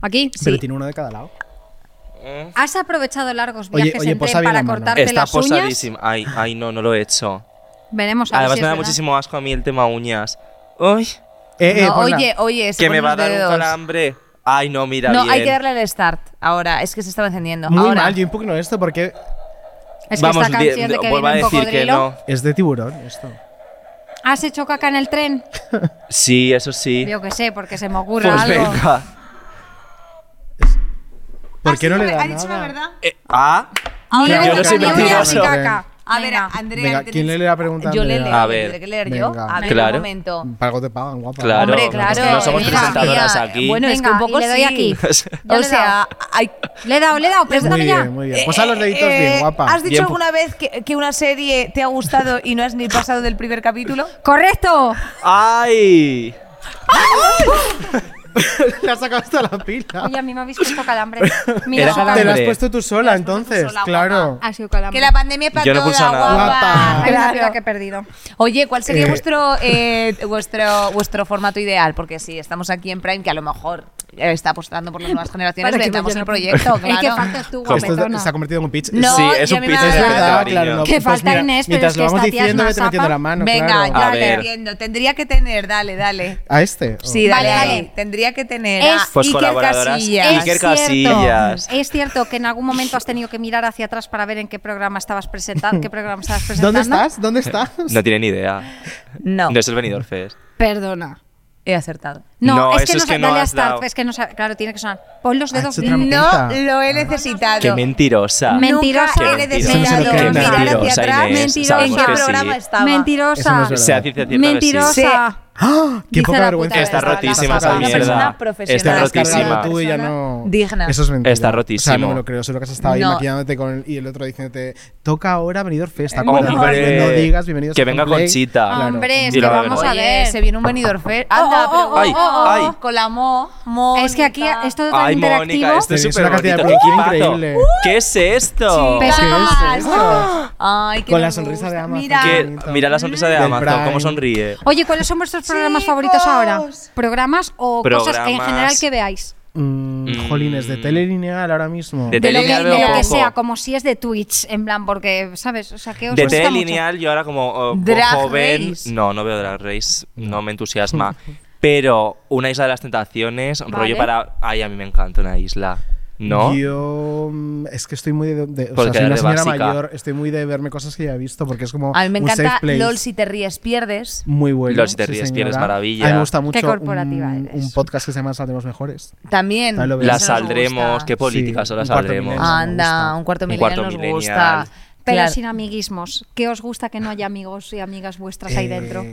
S1: Aquí.
S5: Pero
S1: Sí.
S5: tiene uno de cada lado.
S1: Has aprovechado largos
S5: Oye,
S1: viajes
S5: oye,
S1: en tren
S5: posa bien
S1: para
S5: la mano.
S1: cortarte
S4: Está
S1: las uñas.
S4: posadísimo. Ay, ay, no, no lo he hecho.
S1: Veremos a ver si
S4: Además me
S1: es
S4: da
S1: verdad.
S4: muchísimo asco a mí el tema uñas. Ay,
S5: Eh, eh,
S2: No,
S5: ponla.
S2: oye, oye, se
S4: que me
S2: ponen
S4: va a
S2: los
S4: dar un
S2: dedos.
S4: calambre. Ay, no, mira
S2: No,
S4: bien.
S2: hay que darle al start ahora. Es que se estaba encendiendo.
S5: Muy
S2: ahora.
S5: mal, yo impugno esto porque
S1: Es que
S4: Vamos,
S1: esta
S4: di-
S1: canción de que
S4: vuelvo
S1: viene
S4: a
S1: un
S4: decir que
S1: cocodrilo.
S4: no.
S5: es de tiburón esto.
S1: ¿Has hecho caca en el tren?
S4: Sí, eso sí.
S1: Yo que sé, porque se me
S4: Pues
S1: ocurre algo.
S4: venga.
S1: ¿Ah,
S5: ¿Por qué no le da
S2: ¿Ha
S5: nada?
S2: dicho la verdad?
S4: Eh, ah,
S1: Ahora
S5: Yo
S1: me
S5: no
S1: toca
S5: soy
S1: mi uña y
S5: mentiroso.
S1: caca.
S2: A ver,
S1: Venga.
S2: Andrea.
S5: Venga,
S2: tenés-
S5: ¿quién le lee la pregunta a
S2: Yo le
S5: Andrea?
S2: leo.
S4: A
S2: A
S4: ver.
S2: ver. que leer yo?
S5: Venga.
S2: A ver,
S4: Claro.
S2: un momento.
S5: Para algo te pagan, guapa.
S4: Claro.
S2: Hombre,
S4: es
S2: claro.
S4: que no somos
S2: mira,
S4: presentadoras
S2: mira.
S4: aquí.
S2: Bueno, es que
S1: Venga,
S2: un
S1: y
S2: poco
S1: le doy
S2: sí.
S1: aquí. Ya
S2: O
S1: le he dado.
S2: sea, hay...
S1: Le he dado, le he dado,
S5: Muy
S1: préstame ya.
S5: bien, muy bien. Pues a los deditos
S2: Eh,
S5: bien, guapa.
S2: ¿Has dicho
S4: Bien pues- pu-
S2: alguna vez que, que una serie te ha gustado y no has ni pasado del primer capítulo?
S1: Correcto.
S4: ay.
S5: Le has sacado hasta la pila.
S1: Oye, a mí me habéis puesto calambre. Mira,
S4: Era
S1: su
S5: Te
S4: calambre.
S5: la has
S1: calambre.
S5: puesto tú sola, entonces.
S2: sola,
S5: Claro.
S1: Ha sido calambre.
S2: Que la pandemia es para
S4: Yo no he
S2: toda,
S4: pulsado nada.
S2: guapa.
S5: Guapa.
S1: Hay una
S2: Claro.
S1: pila que he perdido.
S2: Oye, ¿cuál sería
S5: Eh,
S2: vuestro, eh, vuestro, vuestro formato ideal? Porque si estamos aquí en Prime, que a lo mejor eh, está apostando por las nuevas generaciones,
S1: Para que
S2: metamos
S1: vayan
S2: el
S1: a-
S2: proyecto,
S1: Ey, qué
S2: claro.
S1: faltas tú,
S4: Como-
S5: Pues Esto
S1: guapetona.
S5: se ha convertido en un pitch.
S2: No,
S4: sí,
S2: yo
S4: es un
S2: me
S4: pitch
S2: iba a
S4: de
S2: dar-
S4: verdad,
S5: verdad,
S4: cariño.
S5: claro, no. pues
S1: Que falta Inés, pero
S5: mientras
S1: es
S5: lo
S1: que
S5: vamos
S1: esta tía es
S5: diciendo,
S1: una
S5: vete metiendo
S1: zapa.
S5: la mano.
S2: Venga,
S5: Ah, claro.
S4: A
S2: ya te
S4: ver.
S2: entiendo. Tendría que tener, dale, dale.
S5: ¿A este? ¿O?
S2: Sí, dale,
S1: Vale,
S2: dale.
S1: dale.
S2: Tendría que tener
S1: Es-
S2: a
S4: Pues
S2: Iker
S4: colaboradoras.
S2: Casillas.
S4: Iker Casillas.
S1: es cierto que en algún momento has tenido que mirar hacia atrás para ver en qué programa estabas presentando. Qué programa estabas presentando.
S5: ¿Dónde estás? ¿Dónde estás?
S4: No tiene ni idea.
S2: No,
S4: No es el Benidorm Fest.
S1: Perdona.
S2: he acertado.
S1: No,
S4: No,
S1: es
S4: eso
S1: que no,
S4: es que
S1: sa-
S4: no
S1: dale
S4: has
S1: a start,
S4: dado.
S1: Es que no sa- Claro, tiene que sonar. Pon los
S5: Ah,
S1: dedos
S5: es otra
S1: bien.
S2: No
S5: Puta.
S2: lo he necesitado.
S4: Qué mentirosa.
S1: Me-
S2: Nunca
S1: Mentirosa.
S2: he
S4: Qué mentirosa.
S2: necesitado
S5: Qué
S2: mirar hacia
S4: mentirosa,
S2: atrás
S4: Inés.
S2: en
S4: Sabemos
S2: qué
S4: que sí.
S2: programa estaba.
S5: Eso no
S1: Mentirosa.
S5: es verdad.
S4: Sea ciencia cierta que sí.
S1: Mentirosa.
S5: ¡Ah! ¡Qué
S1: Dice
S5: poca
S1: la
S5: vergüenza!
S1: puta
S4: Está
S1: esta-
S4: rotísima
S1: la
S4: esa
S1: zapa.
S2: Una
S4: mierda.
S2: persona profesional.
S4: Está
S5: Está
S4: rotísima.
S5: rotísima. tú y ya no.
S2: Digna.
S5: Eso es mentira.
S4: Está
S5: O sea,
S4: rotísimo.
S5: no me lo creo. Seguro que has estado ahí
S2: No.
S5: maquillándote con el, y el otro diciéndote, toca ahora venidor Festa.
S4: Hombre,
S5: no digas bienvenidos
S4: que
S5: a
S4: venga
S5: Coldplay.
S4: Conchita.
S5: Claro.
S1: Hombre, es
S4: Y
S1: que
S4: lo va a
S1: vamos
S4: ver.
S1: a ver.
S2: Oye, se viene un venidor fair.
S1: Oh,
S2: Anda,
S1: oh,
S2: pero
S1: oh,
S4: Ay,
S1: oh, oh.
S4: ay.
S2: con la mo, Mónica.
S1: Es que aquí esto es tan
S4: Ay,
S1: interactivo.
S4: Mónica, este esto es
S5: Tenéis
S4: súper
S5: una cantidad de
S4: bonito.
S5: producción
S4: Qué equipazo.
S5: increíble.
S4: ¿Qué es esto?
S1: Pero-
S5: ¿Qué es eso?
S2: Ay, que
S5: Con
S2: me
S5: la sonrisa de
S2: gusta.
S5: Amazon.
S2: Mira,
S4: Qué- Mira la sonrisa de
S5: Del
S4: Amazon, cómo
S5: Prime.
S4: sonríe.
S1: Oye, ¿cuáles son vuestros programas
S2: Chicos.
S1: favoritos ahora? ¿Programas o cosas en
S4: Programas.
S1: general que veáis?
S5: Mm, jolines, de tele lineal ahora mismo.
S4: De
S1: De lo, que,
S4: Telelineal
S1: de
S4: veo
S1: lo que
S4: poco.
S1: sea, como si es de Twitch, en plan, porque, ¿sabes? O sea, que os
S4: De
S1: gusta
S4: tele
S1: mucho.
S4: lineal, yo ahora como eh,
S2: Drag
S4: joven.
S2: Race.
S4: No, no veo Drag Race, no me entusiasma. Pero una isla de las tentaciones, rollo
S1: Vale.
S4: para. Ay, a mí me encanta una isla. ¿No?
S5: Yo mm, es que estoy muy de, de- o
S4: Por
S5: sea, soy
S4: quedarte
S5: una señora
S4: básica.
S5: mayor, estoy muy de verme cosas que ya he visto porque es como
S2: A mí me
S5: un
S2: encanta
S5: safe place.
S2: LOL si te ríes pierdes.
S5: muy bueno.
S4: Los de
S5: sí,
S4: Ríes
S5: señora.
S4: Pierdes Maravilla.
S5: A mí me gusta mucho
S1: corporativa
S5: un,
S1: eres.
S5: un podcast que se llama Saldremos Mejores.
S2: También.
S5: Ah, lo veo.
S4: Las
S2: Eso nos
S4: saldremos,
S2: gusta. Ah,
S4: qué políticas
S5: Sí,
S4: ahora
S5: un cuarto
S4: saldremos.
S5: milenio.
S2: Anda, un cuarto
S4: Un
S2: millennial
S4: cuarto
S2: nos
S4: millennial.
S2: gusta.
S1: Pero
S2: Claro.
S1: sin amiguismos. ¿Qué os gusta que no haya amigos y amigas vuestras ahí
S5: Eh,
S1: dentro?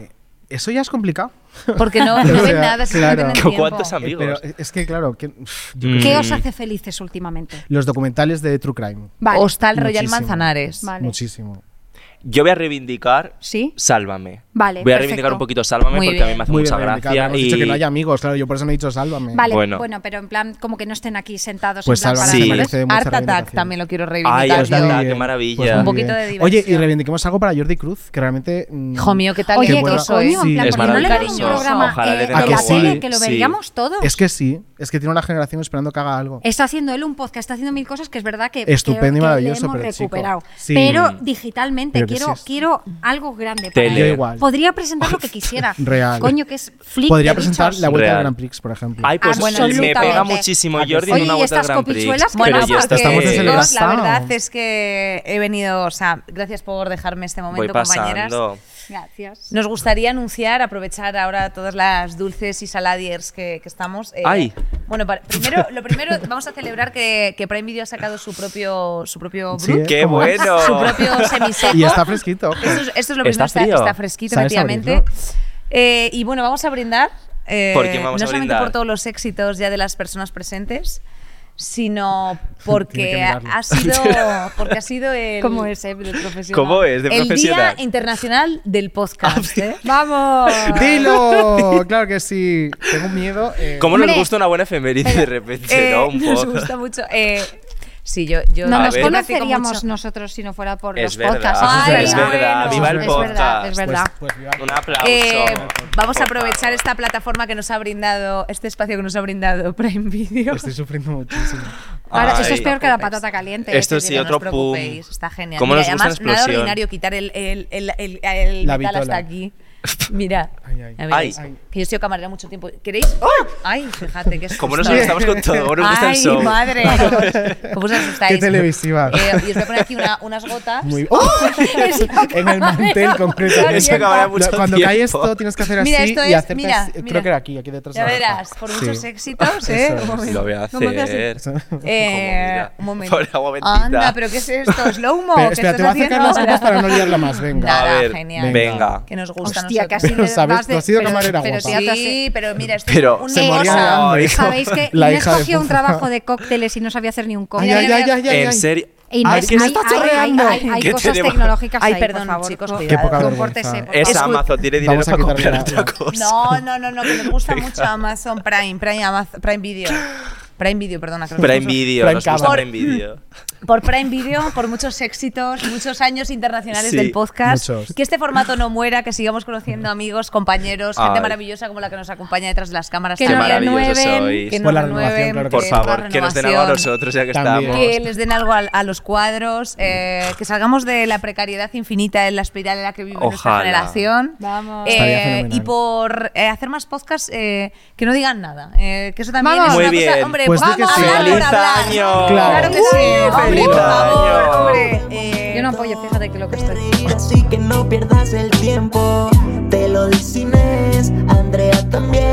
S5: Eso ya es complicado.
S2: Porque no,
S5: O
S2: no ven
S5: sea, claro.
S2: nada, simplemente tiempo.
S4: ¿Cuántos amigos?
S5: Eh, Pero es que claro, que, uf, yo-
S1: ¿Qué
S4: Mm.
S1: os hace felices últimamente?
S5: los documentales de True Crime.
S1: Vale.
S2: Hostal Royal
S5: Muchísimo.
S2: Manzanares.
S1: Vale.
S5: Muchísimo.
S4: Yo voy a reivindicar
S1: ¿Sí?
S4: Sálvame.
S1: Vale,
S4: Voy a
S1: perfecto.
S4: reivindicar un poquito Sálvame
S2: Muy
S4: porque a mí
S2: bien.
S4: me hace
S5: Muy
S4: mucha
S5: bien, Verónica,
S4: gracia.
S5: hemos
S4: y...
S5: dicho que no haya amigos, claro, yo por eso no he dicho sálvame.
S1: Vale,
S4: Bueno.
S1: bueno. pero en plan, como que no estén aquí sentados.
S5: Pues
S1: en plan,
S5: Sálvame
S1: para
S4: sí.
S5: se
S1: saber-
S5: merece mucha
S2: Art Attack
S5: reivindicación.
S2: también lo quiero reivindicar.
S4: Ay,
S5: Pues
S4: Art
S2: yo.
S5: muy
S4: Attack, qué
S5: bien,
S4: maravilla.
S5: pues muy
S2: Un poquito
S5: bien.
S2: de
S5: Oye, y
S2: diversión.
S5: reivindiquemos algo para Jordi Cruz, que realmente. mm,
S2: Hijo mío, qué tal
S1: Oye,
S5: Qué
S1: que
S5: bueno.
S1: coño, en plan,
S5: Sí, es
S1: porque no le dan un
S4: maravilloso.
S1: programa
S4: Ojalá
S1: eh,
S4: le
S1: de
S4: den
S5: algo
S1: la
S5: guay.
S1: tele que lo
S4: Sí.
S1: veríamos todos.
S5: Es que sí, es que tiene una generación esperando que haga algo.
S1: Está haciendo él un podcast, está haciendo mil cosas que es verdad que,
S5: Estupendo y
S1: que- que
S5: maravilloso,
S1: le
S5: pero,
S1: hemos
S5: chico,
S1: recuperado.
S5: sí. Mm.
S1: Pero digitalmente
S5: Pero que
S1: quiero,
S5: sí es.
S1: quiero algo grande.
S4: Tele.
S1: Para
S5: Yo
S1: él.
S5: igual.
S1: Podría presentar lo que quisiera.
S5: Real.
S1: Coño, que es flick
S5: Podría
S1: de
S5: presentar
S1: bichos.
S5: la vuelta
S4: Real.
S5: del Grand Prix, por ejemplo.
S4: Ay,
S2: Ah,
S4: pues me
S1: Absolutamente.
S4: pega muchísimo
S5: Ah, que
S4: Jordi en
S1: sí. Oye,
S4: una
S1: ¿y
S4: vuelta de
S1: estas
S4: Grand Prix.
S1: copichuelas que
S4: Pero
S1: nos
S4: yo
S1: hacen?
S4: esta estamos
S5: Estamos en
S2: chicos,
S5: el
S2: la
S5: pasado.
S2: verdad es que he venido, o sea, gracias por dejarme este
S4: Voy
S2: momento, compañeras.
S4: pasando.
S1: Gracias.
S2: Nos gustaría anunciar, aprovechar ahora todas las dulces y saladiers que, que estamos. eh,
S4: Ay.
S2: Bueno, para- primero, lo primero, vamos a celebrar que, que Prime Video ha sacado su propio, su propio
S5: Sí,
S2: brut,
S5: ¿eh?
S4: ¡Qué
S5: ¿Cómo es?
S4: bueno!
S2: su propio
S4: pues,
S2: semiseco.
S5: Y está fresquito.
S2: Esto es, esto es lo
S4: Está
S2: primero, está,
S4: frío.
S2: está fresquito,
S5: ¿Sabes
S2: efectivamente. Eh, y bueno, vamos a brindar. eh,
S4: ¿Por quién vamos
S2: no
S4: a
S2: solamente
S4: brindar?
S2: por todos los éxitos ya de las personas presentes, sino
S5: Tiene
S2: porque
S5: que mirarlo.
S2: ha sido, porque ha sido el,
S1: ¿Cómo es, eh, de profesional?
S4: ¿Cómo es? De
S2: el Día
S4: profesional. Ah,
S2: Internacional del Podcast. ¿eh?
S1: ¡Vamos!
S5: ¡Dilo! Claro que sí. Tengo miedo. eh,
S4: ¿Cómo nos
S1: Hombre,
S4: gusta una buena efeméride de repente,
S2: Eh,
S4: no? Un
S2: nos
S4: poco.
S2: gusta mucho. eh, sí, yo, yo
S1: No
S4: A
S1: nos
S4: ver.
S1: conoceríamos
S2: no.
S1: nosotros si no fuera por
S4: Es
S1: los
S4: verdad,
S1: podcasts.
S2: Ay,
S4: es verdad.
S2: bueno.
S4: ¡Viva el
S1: Es verdad,
S4: podcast!
S1: es verdad.
S5: pues viva.
S4: Un aplauso.
S2: Eh, vamos a
S4: Por
S2: aprovechar este-
S4: favor.
S2: esta plataforma que nos ha brindado, este espacio que nos ha brindado Prime Video.
S5: Estoy sufriendo muchísimo.
S1: Ahora,
S4: Ay.
S1: eso es peor que la patata caliente.
S4: Esto
S1: eh,
S4: sí,
S1: te digo.
S2: no
S4: otro
S2: os preocupéis,
S4: pum.
S2: Está genial.
S4: ¿Cómo
S2: Mira,
S4: nos
S2: y
S4: gusta la
S2: además, nada
S4: explosión?
S2: ordinario quitar el, el, el, el, el
S5: La
S2: metal hasta
S5: vitola.
S2: aquí. Mira,
S5: Ay, ay.
S2: ya veréis,
S5: Ay.
S2: que yo he sido camarera mucho tiempo. ¿Queréis? Ay, fíjate que
S4: ¡Oh! Como nos
S2: asustado.
S4: estamos con todo, nos gusta el
S2: Ay,
S4: show.
S2: madre. ¿Cómo os asustáis?
S5: Qué televisiva.
S2: Eh, y os voy a poner aquí una- unas gotas.
S5: Muy. ¡Oh! en el mantel concretamente.
S4: Eso acabará mucho
S5: Cuando cae
S4: tiempo.
S5: esto, tienes que hacer
S2: Mira,
S5: así
S2: esto
S5: y
S2: es-
S5: hacerte
S2: mira,
S5: así.
S2: mira.
S5: Creo que era aquí, aquí detrás.
S2: Ya
S5: de la
S2: verás,
S5: gafa.
S2: por
S5: Sí.
S2: muchos éxitos, ¿eh?
S5: Eso
S2: Un
S5: es.
S2: momento.
S4: Lo voy a
S2: ¿Cómo te
S4: hacer.
S2: haces? Eh,
S4: mira.
S2: un momento.
S4: Por agua bendita.
S2: Anda, pero ¿qué es esto? ¿Slow-mo?
S5: Pero
S2: ¿Qué
S5: espera, te voy a acercar
S2: estás haciendo
S5: las copas
S2: ahora?
S5: para no liarla más. Venga.
S4: A
S2: Nada,
S4: ver,
S2: genial.
S4: venga.
S2: Que nos gusta a
S1: Hostia,
S2: nosotros.
S1: casi
S5: Pero
S1: le
S5: sabes,
S1: vas
S5: tú
S1: de-
S5: has sido
S1: pero-
S5: camarera
S1: pero
S5: guapa.
S1: te haces-
S2: Sí, pero mira, esto
S4: Pero-
S2: es un
S5: Se moría de
S2: negocio.
S5: hambre.
S1: Sabéis que
S5: La
S1: Inés
S5: hija de
S1: cogió un
S5: puta.
S1: trabajo de cócteles y no sabía hacer ni un
S5: Ay,
S1: cóctel.
S5: ay, ay, ay, ay,
S4: En
S5: ay.
S4: serio.
S1: Y
S4: Ay,
S1: Inés,
S4: que
S1: hay,
S4: está
S1: hay- hay-
S4: chorreando.
S1: hay- hay
S4: ¿Qué
S1: cosas
S4: tenemos?
S1: tecnolológicas
S2: Ay,
S1: ahí,
S2: perdón,
S1: por favor.
S2: chicos,
S1: Co-
S2: cuidado.
S5: Qué poca
S1: compórtese,
S5: vergüenza.
S1: por
S4: Es
S1: favor.
S2: Escu-
S4: Amazon, tiene dinero
S5: Vamos a
S4: para
S5: quitarle
S4: comprar
S5: la-
S4: otra
S5: la-
S4: cosa.
S2: No, no, no, no, que nos gusta mucho Amazon Prime, Prime, Amaz- Prime Video. Prime Video, perdona. creo que
S4: Prime
S2: es-
S4: Video,
S5: Prime
S4: nos gusta
S5: Cava.
S4: Prime Video.
S2: por Prime Video, por muchos éxitos, muchos años internacionales
S4: Sí,
S2: del podcast.
S5: muchos.
S2: Que este formato no muera, que sigamos conociendo amigos, compañeros, gente
S4: Ay.
S2: maravillosa como la que nos acompaña detrás de las cámaras.
S1: Que
S4: Qué
S1: no
S2: también.
S4: maravillosos
S1: renueven,
S4: sois.
S2: Que
S5: Por
S2: nos
S5: la renovación,
S2: renueven,
S5: claro que
S4: Por
S5: sí.
S4: favor, que nos den algo a
S2: renovación,
S4: nosotros ya que
S5: También.
S4: estamos.
S2: Que les den algo al- a, los cuadros, eh, que salgamos de la precariedad infinita, de la espiral en la que vive nuestra
S4: Ojalá.
S2: generación.
S1: Vamos.
S2: Eh,
S5: Estaría fenomenal.
S2: y por eh, hacer más podcasts eh, que no digan nada. eh, que eso también
S1: Vamos.
S2: es
S4: Muy
S2: una
S4: bien.
S2: cosa. Hombre,
S5: Pues di que
S2: vamos a
S5: sí.
S2: hablar por
S5: ¡Feliz
S2: hablar.
S4: año!
S2: Claro que
S5: ¡Uh,
S2: sí. Hombre,
S4: feliz
S2: por favor,
S4: año!
S2: hombre. Eh,
S1: Yo no apoyo, fíjate que lo que estoy.
S3: reír, así que no pierdas el tiempo. Te lo dice Inés, Andrea también.